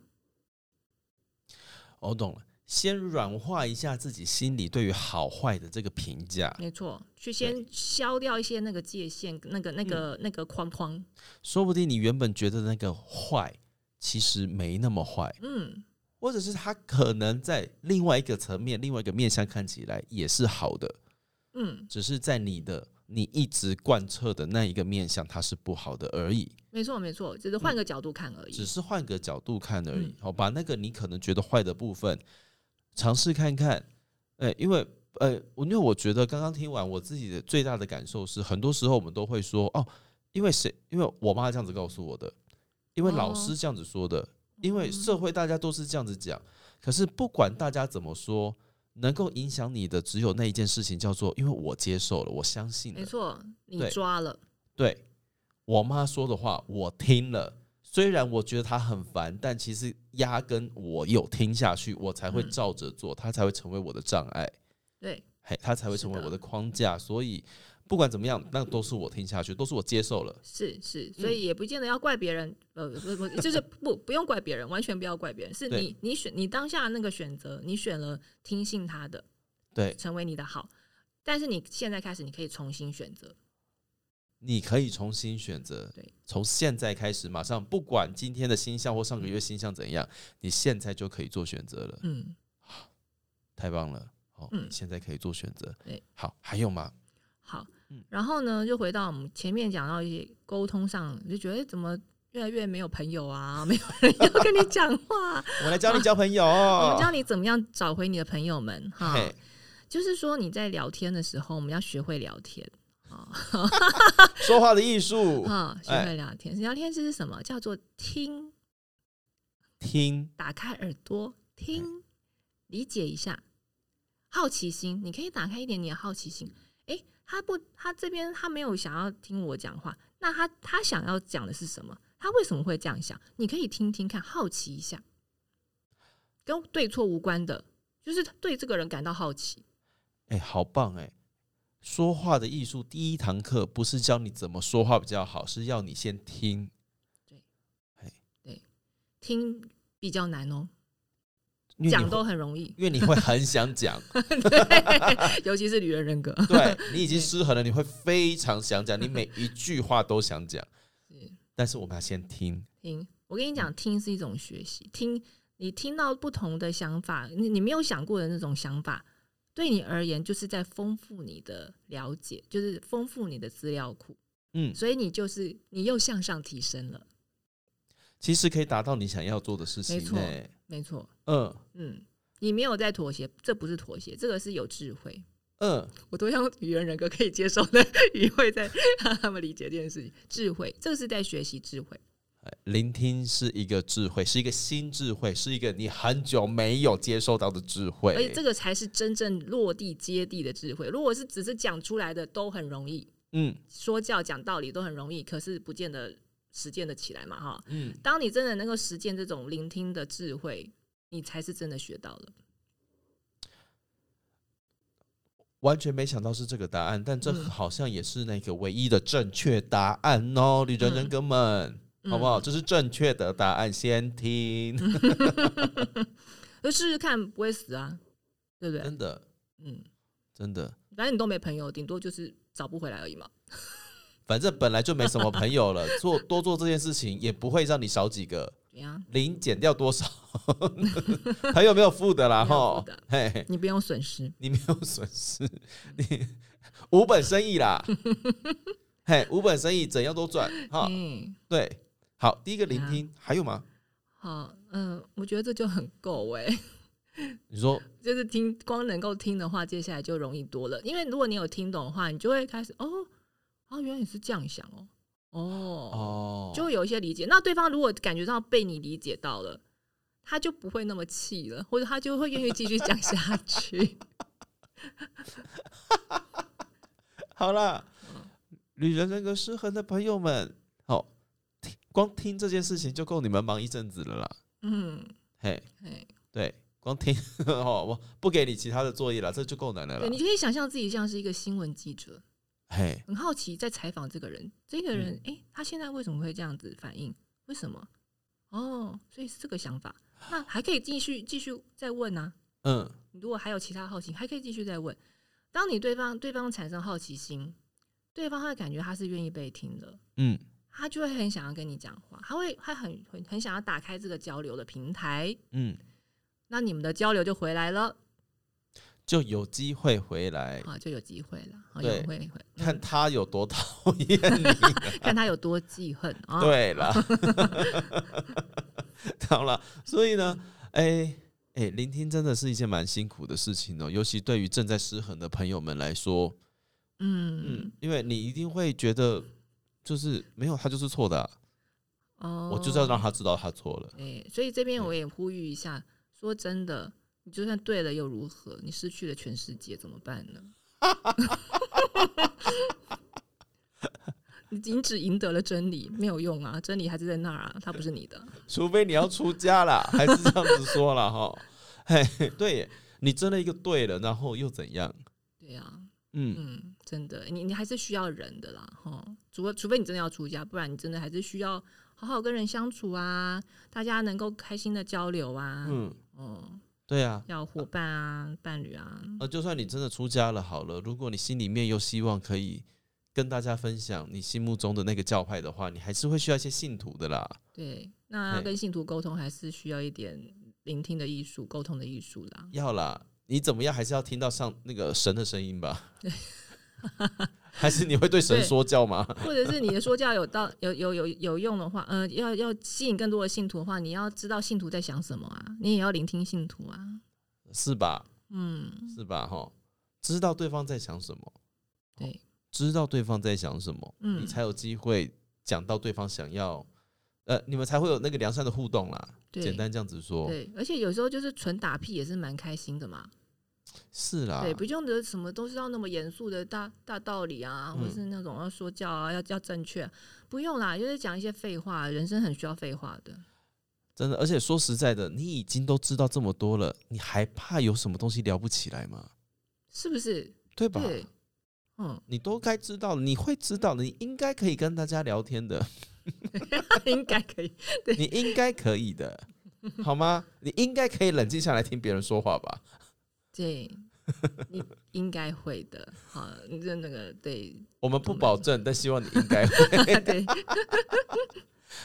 [SPEAKER 1] 我哦懂了。先软化一下自己心里对于好坏的这个评价，
[SPEAKER 2] 没错，去先消掉一些那个界限，那个、那个、
[SPEAKER 1] 嗯
[SPEAKER 2] 那个框框。
[SPEAKER 1] 说不定你原本觉得那个坏，其实没那么坏，
[SPEAKER 2] 嗯，
[SPEAKER 1] 或者是他可能在另外一个层面、另外一个面向看起来也是好的，
[SPEAKER 2] 嗯，
[SPEAKER 1] 只是在你的你一直贯彻的那一个面向，它是不好的而已，
[SPEAKER 2] 没错，没错，只是换个角度看而已。
[SPEAKER 1] 嗯只是换个角度看而已
[SPEAKER 2] 嗯。
[SPEAKER 1] 好、把那个你可能觉得坏的部分尝试看看，呃，因为。呃，我因为我觉得刚刚听完我自己的最大的感受是，很多时候我们都会说哦，因为谁？因为我妈这样子告诉我的，因为老
[SPEAKER 2] 哦
[SPEAKER 1] 师这样子说的，因为社会大家都是这样子讲，可是不管大家怎么说，能够影响你的只有那一件事情，叫做因为我接受了，我相信
[SPEAKER 2] 没
[SPEAKER 1] 了，
[SPEAKER 2] 错，你
[SPEAKER 1] 对
[SPEAKER 2] 抓了，
[SPEAKER 1] 对我妈说的话我听了。虽然我觉得她很烦，但其实压根我有听下去，我才会
[SPEAKER 2] 嗯
[SPEAKER 1] 照着做，她才会成为我的障碍，
[SPEAKER 2] 对，
[SPEAKER 1] 嘿，她才会
[SPEAKER 2] 是
[SPEAKER 1] 成为
[SPEAKER 2] 的
[SPEAKER 1] 我的框架。所以不管怎么样，那都是我听下去，都是我接受了。
[SPEAKER 2] 是是，
[SPEAKER 1] 嗯
[SPEAKER 2] 所以也不见得要怪别人，呃，不不，就是不不用怪别人，完全不要怪别人，是
[SPEAKER 1] 对
[SPEAKER 2] 你你选你当下那个选择，你选了听信他的，
[SPEAKER 1] 对，
[SPEAKER 2] 成为你的好，但是你现在开始，你可以重新选择，
[SPEAKER 1] 你可以重新选择
[SPEAKER 2] 对，
[SPEAKER 1] 从现在开始，马上不管今天的星象或上个月星象怎样，你现在就可以做选择了，
[SPEAKER 2] 嗯。
[SPEAKER 1] 太棒了！哦，你
[SPEAKER 2] 嗯
[SPEAKER 1] 现在可以做选择
[SPEAKER 2] 对，
[SPEAKER 1] 好，还有吗？
[SPEAKER 2] 好
[SPEAKER 1] 嗯，
[SPEAKER 2] 然后呢，就回到我们前面讲到一些沟通上，你就觉得哎诶怎么越来越没有朋友啊， 没有人要跟你讲 话、
[SPEAKER 1] 我来教你交朋友，
[SPEAKER 2] 我们教你怎么样找回你的朋友们哈。
[SPEAKER 1] 嘿，
[SPEAKER 2] 就是说你在聊天的时候，我们要学会聊天啊
[SPEAKER 1] 说话的艺术，
[SPEAKER 2] 哈，学
[SPEAKER 1] 哎
[SPEAKER 2] 会聊天。聊天是什么？叫做听，
[SPEAKER 1] 听
[SPEAKER 2] 打开耳朵听、理解一下，好奇心，你可以打开一点点好奇心。诶，他不，他这边他没有想要听我讲话，那他他想要讲的是什么？他为什么会这样想？你可以听听看，好奇一下，跟对错无关的，就是对这个人感到好奇。
[SPEAKER 1] 哎、好棒哎、说话的艺术第一堂课不是教你怎么说话比较好，是要你先听。
[SPEAKER 2] 听比较难哦，
[SPEAKER 1] 因为你
[SPEAKER 2] 讲
[SPEAKER 1] 会
[SPEAKER 2] 都 很容易，
[SPEAKER 1] 因为你会很想讲，
[SPEAKER 2] 对，尤其是女人人格。
[SPEAKER 1] 对你已经失衡了，你会非常想讲，你每一句话都想讲
[SPEAKER 2] 是。
[SPEAKER 1] 但是我们要先听，
[SPEAKER 2] 听，我跟你讲，听是一种学习，听你听到不同的想法，你你没有想过的那种想法，对你而言就是在丰富你的了解，就是丰富你的资料库，
[SPEAKER 1] 嗯，
[SPEAKER 2] 所以你就是你又向上提升了，
[SPEAKER 1] 其实可以达到你想要做的事情、
[SPEAKER 2] 没错
[SPEAKER 1] 欸。
[SPEAKER 2] 没错，
[SPEAKER 1] 嗯
[SPEAKER 2] 嗯，你没有在妥协，这不是妥协，这个是有智慧。
[SPEAKER 1] 嗯，
[SPEAKER 2] 我都用语言人格可以接受的语汇在让他们理解这件事情，智慧，这个是在学习智慧，
[SPEAKER 1] 聆听是一个智慧，是一个新智慧，是一个你很久没有接受到的智慧。
[SPEAKER 2] 而且这个才是真正落地接地的智慧。如果是只是讲出来的，都很容易，
[SPEAKER 1] 嗯
[SPEAKER 2] 说教、讲道理都很容易，可是不见得实践的起来嘛，哈。
[SPEAKER 1] 嗯，
[SPEAKER 2] 当你真的能够实践这种聆听的智慧，你才是真的学到了。
[SPEAKER 1] 完全没想到是这个答案，但这
[SPEAKER 2] 嗯
[SPEAKER 1] 好像也是那个唯一的正确答案哦，你人人哥们，
[SPEAKER 2] 嗯
[SPEAKER 1] 好不好？这是正确的答案，先听，
[SPEAKER 2] 就试试看，不会死啊，对不 对？
[SPEAKER 1] 真的
[SPEAKER 2] 嗯，
[SPEAKER 1] 真的。
[SPEAKER 2] 反正你都没朋友，顶多就是找不回来而已嘛。
[SPEAKER 1] 反正本来就没什么朋友了，做多做这件事情也不会让你少几个，
[SPEAKER 2] 怎样？
[SPEAKER 1] 零减掉多 少，朋友没有负的啦
[SPEAKER 2] 没有
[SPEAKER 1] 吼
[SPEAKER 2] 负的，
[SPEAKER 1] 嘿，
[SPEAKER 2] 你不用损失，
[SPEAKER 1] 你没有损失，你 无本生意 啦，嘿，无本生意怎样都赚哈，
[SPEAKER 2] 嗯，
[SPEAKER 1] 对，好，第一个
[SPEAKER 2] 对
[SPEAKER 1] 聆
[SPEAKER 2] 啊
[SPEAKER 1] 听，还有吗？
[SPEAKER 2] 好，嗯、我觉得这就很够哎、
[SPEAKER 1] 你说
[SPEAKER 2] 就是听光能够听的话，接下来就容易多了。因为如果你有听懂的话，你就会开始哦，哦，原来你是这样想哦，哦，
[SPEAKER 1] 哦，
[SPEAKER 2] 就会有一些理解。那对方如果感觉到被你理解到了，他就不会那么气了，或者他就会愿意继续讲下 去。
[SPEAKER 1] 好啦，旅人人格失衡的朋友们，好，听光听这件事情就够你们忙一阵子了啦，
[SPEAKER 2] 嗯，
[SPEAKER 1] 嘿，
[SPEAKER 2] 哎，
[SPEAKER 1] 对，光听 哦，我不给你其他的作业了，这就够难了
[SPEAKER 2] 对，你
[SPEAKER 1] 啦。
[SPEAKER 2] 就可以想象自己像是一个新闻记者，
[SPEAKER 1] 嘿，
[SPEAKER 2] 很好奇在采访这个人，这个人
[SPEAKER 1] 嗯
[SPEAKER 2] 哎、诶他现在为什么会这样子反应？为什么？哦，所以是这个想法。那还可以继续继续再问啊。
[SPEAKER 1] 嗯，
[SPEAKER 2] 如果还有其他好奇，还可以继续再问。当你对方对方产生好奇心，对方会感觉他是愿意被听的，
[SPEAKER 1] 嗯，
[SPEAKER 2] 他就会很想要跟你讲话，他会他很很很想要打开这个交流的平台，
[SPEAKER 1] 嗯，
[SPEAKER 2] 那你们的交流就回来了，
[SPEAKER 1] 就有机会回来，
[SPEAKER 2] 啊，就有机会了，啊，有
[SPEAKER 1] 对
[SPEAKER 2] 会会
[SPEAKER 1] 看他有多讨厌你。
[SPEAKER 2] 看他有多记恨啊，
[SPEAKER 1] 对了， 好了，所以呢，哎、哎、聆听真的是一件蛮辛苦的事情哦，尤其对于正在失衡的朋友们来说，
[SPEAKER 2] 嗯
[SPEAKER 1] 嗯，因为你一定会觉得就是没有他就是错的啊、
[SPEAKER 2] 哦，
[SPEAKER 1] 我就是要让他知道他错了。
[SPEAKER 2] 对，所以这边
[SPEAKER 1] 对
[SPEAKER 2] 我也呼吁一下，说真的，你就算对了又如何？你失去了全世界怎么办呢？ 你你只赢得了真理，没有用啊！真理还是在那儿啊，它不是你的。
[SPEAKER 1] 除非你要出家 啦，还是这样子说了哈。嘿，对耶，你真的一个对了，然后又怎样？
[SPEAKER 2] 对啊，
[SPEAKER 1] 嗯，
[SPEAKER 2] 嗯，真的，你你还是需要人的啦，哈。除除非你真的要出家，不然你真的还是需要好好跟人相处啊，大家能够开心的交流啊，嗯，
[SPEAKER 1] 嗯，对啊。
[SPEAKER 2] 要伙伴啊，伴侣啊，
[SPEAKER 1] 呃，就算你真的出家了，好了，如果你心里面又希望可以跟大家分享你心目中的那个教派的话，你还是会需要一些信徒的啦。
[SPEAKER 2] 对，那要
[SPEAKER 1] 嘿
[SPEAKER 2] 跟信徒沟通还是需要一点聆听的艺术，沟通的艺术啦。
[SPEAKER 1] 要啦，你怎么样还是要听到上那个神的声音 吧？还是你会对神
[SPEAKER 2] 对
[SPEAKER 1] 说教吗？
[SPEAKER 2] 或者是你的说教有到 有有有有用的话，呃，要要吸引更多的信徒的话，你要知道信徒在想什么啊，你也要聆听信徒啊。
[SPEAKER 1] 是吧？
[SPEAKER 2] 嗯，
[SPEAKER 1] 是吧？哈，知道对方在想什么，
[SPEAKER 2] 对，
[SPEAKER 1] 知道对方在想什么，
[SPEAKER 2] 嗯
[SPEAKER 1] 你才有机会讲到对方想要呃，你们才会有那个良善的互动啦。
[SPEAKER 2] 对
[SPEAKER 1] 简单这样子说，
[SPEAKER 2] 对，而且有时候就是纯打屁也是蛮开心的嘛。
[SPEAKER 1] 是啦，
[SPEAKER 2] 对，不用得什么都是要那么严肃的大大道理啊，或
[SPEAKER 1] 嗯
[SPEAKER 2] 是那种要说教啊，要要正确，不用啦，就是讲一些废话，人生很需要废话的。
[SPEAKER 1] 真的。而且说实在的，你已经都知道这么多了，你还怕有什么东西聊不起来吗？
[SPEAKER 2] 是不是？
[SPEAKER 1] 对啊吧？
[SPEAKER 2] 对，嗯，
[SPEAKER 1] 你都该知道，你会知道，你应该可以跟大家聊天 的，
[SPEAKER 2] 应该可以。
[SPEAKER 1] 你应该可以 的，好吗？你应该可以冷静下来听别人说话吧。
[SPEAKER 2] 对，你应该会的。好，你就那个对
[SPEAKER 1] 我们不
[SPEAKER 2] 懂了
[SPEAKER 1] 保证，但希望你应该会。
[SPEAKER 2] 对，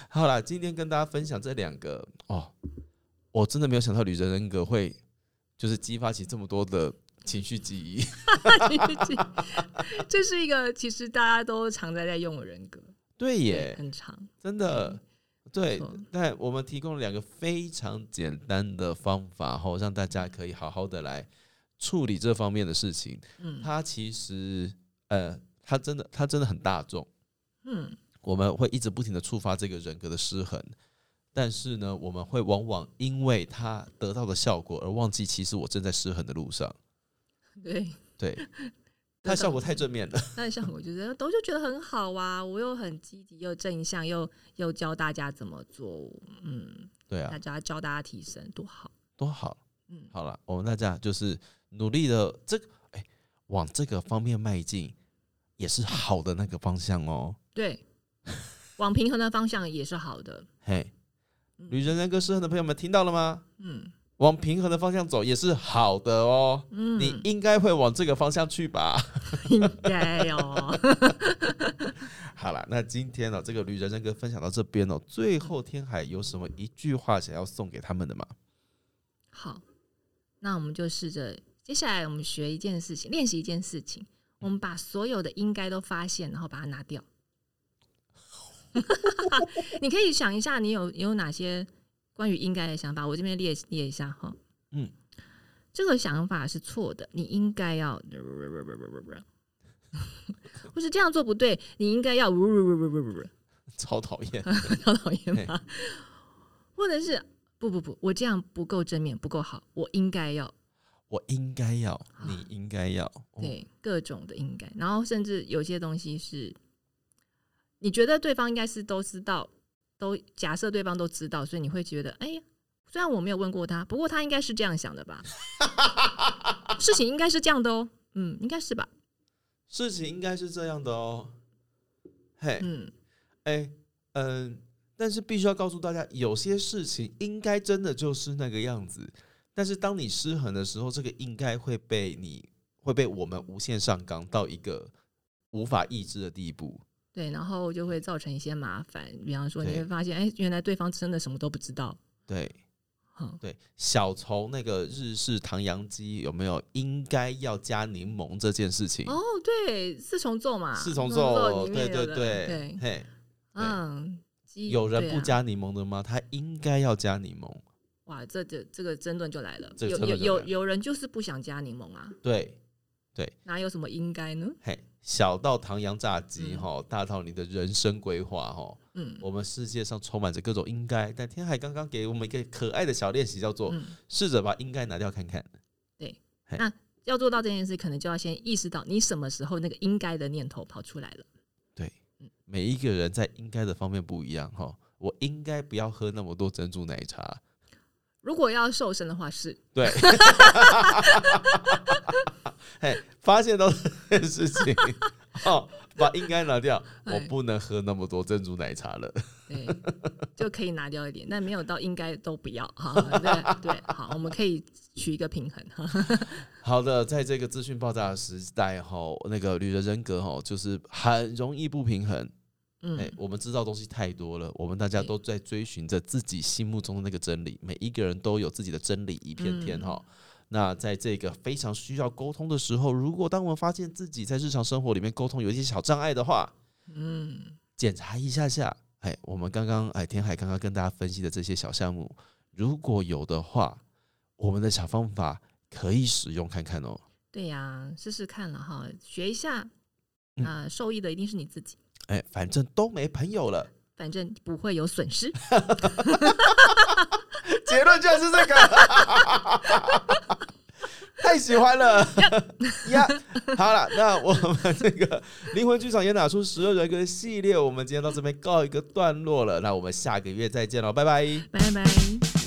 [SPEAKER 1] 好啦，今天跟大家分享这两个哦，我真的没有想到旅人人格会就是激发起这么多的情绪记 忆。
[SPEAKER 2] 这是一个其实大家都常在在用的人格，
[SPEAKER 1] 对
[SPEAKER 2] 对，
[SPEAKER 1] 耶，
[SPEAKER 2] 很长。
[SPEAKER 1] 真的。对
[SPEAKER 2] 没错，
[SPEAKER 1] 但我们提供了两个非常简单的方法，吼，让大家可以好好的来处理这方面的事情。
[SPEAKER 2] 嗯
[SPEAKER 1] 它其实，呃，它真的，它真的很大众。
[SPEAKER 2] 嗯，
[SPEAKER 1] 我们会一直不停的触发这个人格的失衡，但是呢，我们会往往因为它得到的效果而忘记，其实我正在失衡的路上。
[SPEAKER 2] 对，
[SPEAKER 1] 对，它效果太正面了。
[SPEAKER 2] 那像我就是都就觉得很好啊，我又很积极，又正向，又又教大家怎么做，嗯，
[SPEAKER 1] 对啊
[SPEAKER 2] 大，家教大家提升，多好。
[SPEAKER 1] 多好。
[SPEAKER 2] 嗯，
[SPEAKER 1] 好了，我们大家就是努力的这个，哎，往这个方面迈进，也是好的那个方向哦。
[SPEAKER 2] 对，往平衡的方向也是好的。
[SPEAKER 1] 嘿，
[SPEAKER 2] 嗯
[SPEAKER 1] 女人人格失衡的朋友们听到了吗？
[SPEAKER 2] 嗯
[SPEAKER 1] 往平衡的方向走也是好的哦。
[SPEAKER 2] 嗯，
[SPEAKER 1] 你应该会往这个方向去吧？
[SPEAKER 2] 应该哦。
[SPEAKER 1] 好了，那今天呢、哦这个旅人人格分享到这边哦。最后，天海有什么一句话想要送给他们的吗？
[SPEAKER 2] 好，那我们就试着接下来我们学一件事情，练习一件事情，我们把所有的应该都发现，然后把它拿掉。 你可以想一下，你有有哪些关于应该的想法？我这边列列一下哈。
[SPEAKER 1] 嗯，
[SPEAKER 2] 这个想法是错的，你应该要，或是这样做不对，你应该要，
[SPEAKER 1] 超讨 厌，
[SPEAKER 2] 好讨厌吧？或者是不不不，我这样不够正面，不够好，我应该要
[SPEAKER 1] 我应该要，你应该要，哦，
[SPEAKER 2] 对各种的应该，然后甚至有些东西是你觉得对方应该是都知道，都假设对方都知道，所以你会觉得，哎呀，虽然我没有问过他，不过他应该是这样想 的吧？事情应该是这样的哦，嗯，应该是吧？
[SPEAKER 1] 事情应该是这样的哦。嘿，
[SPEAKER 2] 嗯，
[SPEAKER 1] 哎，嗯、但是必须要告诉大家，有些事情应该真的就是那个样子，但是当你失衡的时候，这个应该会被你会被我们无限上纲到一个无法抑制的地步。
[SPEAKER 2] 对，然后就会造成一些麻烦，比方说你
[SPEAKER 1] 对
[SPEAKER 2] 会发现，哎，原来对方真的什么都不知道，
[SPEAKER 1] 对
[SPEAKER 2] 好，
[SPEAKER 1] 对，小从那个日式唐扬鸡有没有应该要加柠檬这件事情？
[SPEAKER 2] 哦，对，四重奏嘛，
[SPEAKER 1] 四重
[SPEAKER 2] 奏
[SPEAKER 1] 奏，
[SPEAKER 2] 里
[SPEAKER 1] 对
[SPEAKER 2] 面
[SPEAKER 1] 对
[SPEAKER 2] 有的
[SPEAKER 1] 对
[SPEAKER 2] 对，，
[SPEAKER 1] 嘿，
[SPEAKER 2] 嗯，鸡
[SPEAKER 1] 有人
[SPEAKER 2] 对
[SPEAKER 1] 不
[SPEAKER 2] 啊
[SPEAKER 1] 加柠檬的吗？他应该要加柠檬。
[SPEAKER 2] 哇，这这这个争论就来了，
[SPEAKER 1] 这个争
[SPEAKER 2] 有有
[SPEAKER 1] 论就来
[SPEAKER 2] 有
[SPEAKER 1] 了
[SPEAKER 2] 有人就是不想加柠檬啊，
[SPEAKER 1] 对，
[SPEAKER 2] 哪有什么应该呢？
[SPEAKER 1] 嘿，小到唐扬炸鸡
[SPEAKER 2] 嗯
[SPEAKER 1] 哈、大到你的人生规划哈，
[SPEAKER 2] 嗯
[SPEAKER 1] 我们世界上充满着各种应该。但天海刚刚给我们一个可爱的小练习，叫做
[SPEAKER 2] 嗯，
[SPEAKER 1] 试着把应该拿掉看看。
[SPEAKER 2] 要做到这件事，可能就要先意识到你什么时候那个应该的念头跑出来了。
[SPEAKER 1] 对
[SPEAKER 2] 嗯，
[SPEAKER 1] 每一个人在应该的方面不一样哈。我应该不要喝那么多珍珠奶茶。
[SPEAKER 2] 如果要瘦身的话，是
[SPEAKER 1] 对，嘿，发现到这件事情，哦，把应该拿掉，我
[SPEAKER 2] 哎
[SPEAKER 1] 不能喝那么多珍珠奶茶了。
[SPEAKER 2] 对， 就可以拿掉一点，但没有到应该都不要哈。对对，好，我们可以取一个平衡哈。
[SPEAKER 1] 好的，在这个资讯爆炸的时代哈，那个女人人格哈，就是很容易不平衡。
[SPEAKER 2] 嗯，
[SPEAKER 1] 哎、我们知道东西太多了，我们大家
[SPEAKER 2] 对
[SPEAKER 1] 都在追寻着自己心目中的那个真理，每一个人都有自己的真理一片天哈。那在这个非常需要沟通的时候，如果当我们发现自己在日常生活里面沟通有一些小障碍的话，
[SPEAKER 2] 嗯，
[SPEAKER 1] 检查一下下，哎，我们刚刚哎天海刚刚跟大家分析的这些小项目，如果有的话，我们的小方法可以使用看看哦。
[SPEAKER 2] 对呀、试试看了哈，学一下。
[SPEAKER 1] 嗯
[SPEAKER 2] 啊、受益的一定是你自己。
[SPEAKER 1] 哎，反正都没朋友了，
[SPEAKER 2] 反正不会有损失。
[SPEAKER 1] 结论就是这个， 太喜欢了呀！好了，那我们这个灵魂剧场也打出十二人格系列，我们今天到这边告一个段落了。那我们下个月再见喽，拜拜。
[SPEAKER 2] 拜拜。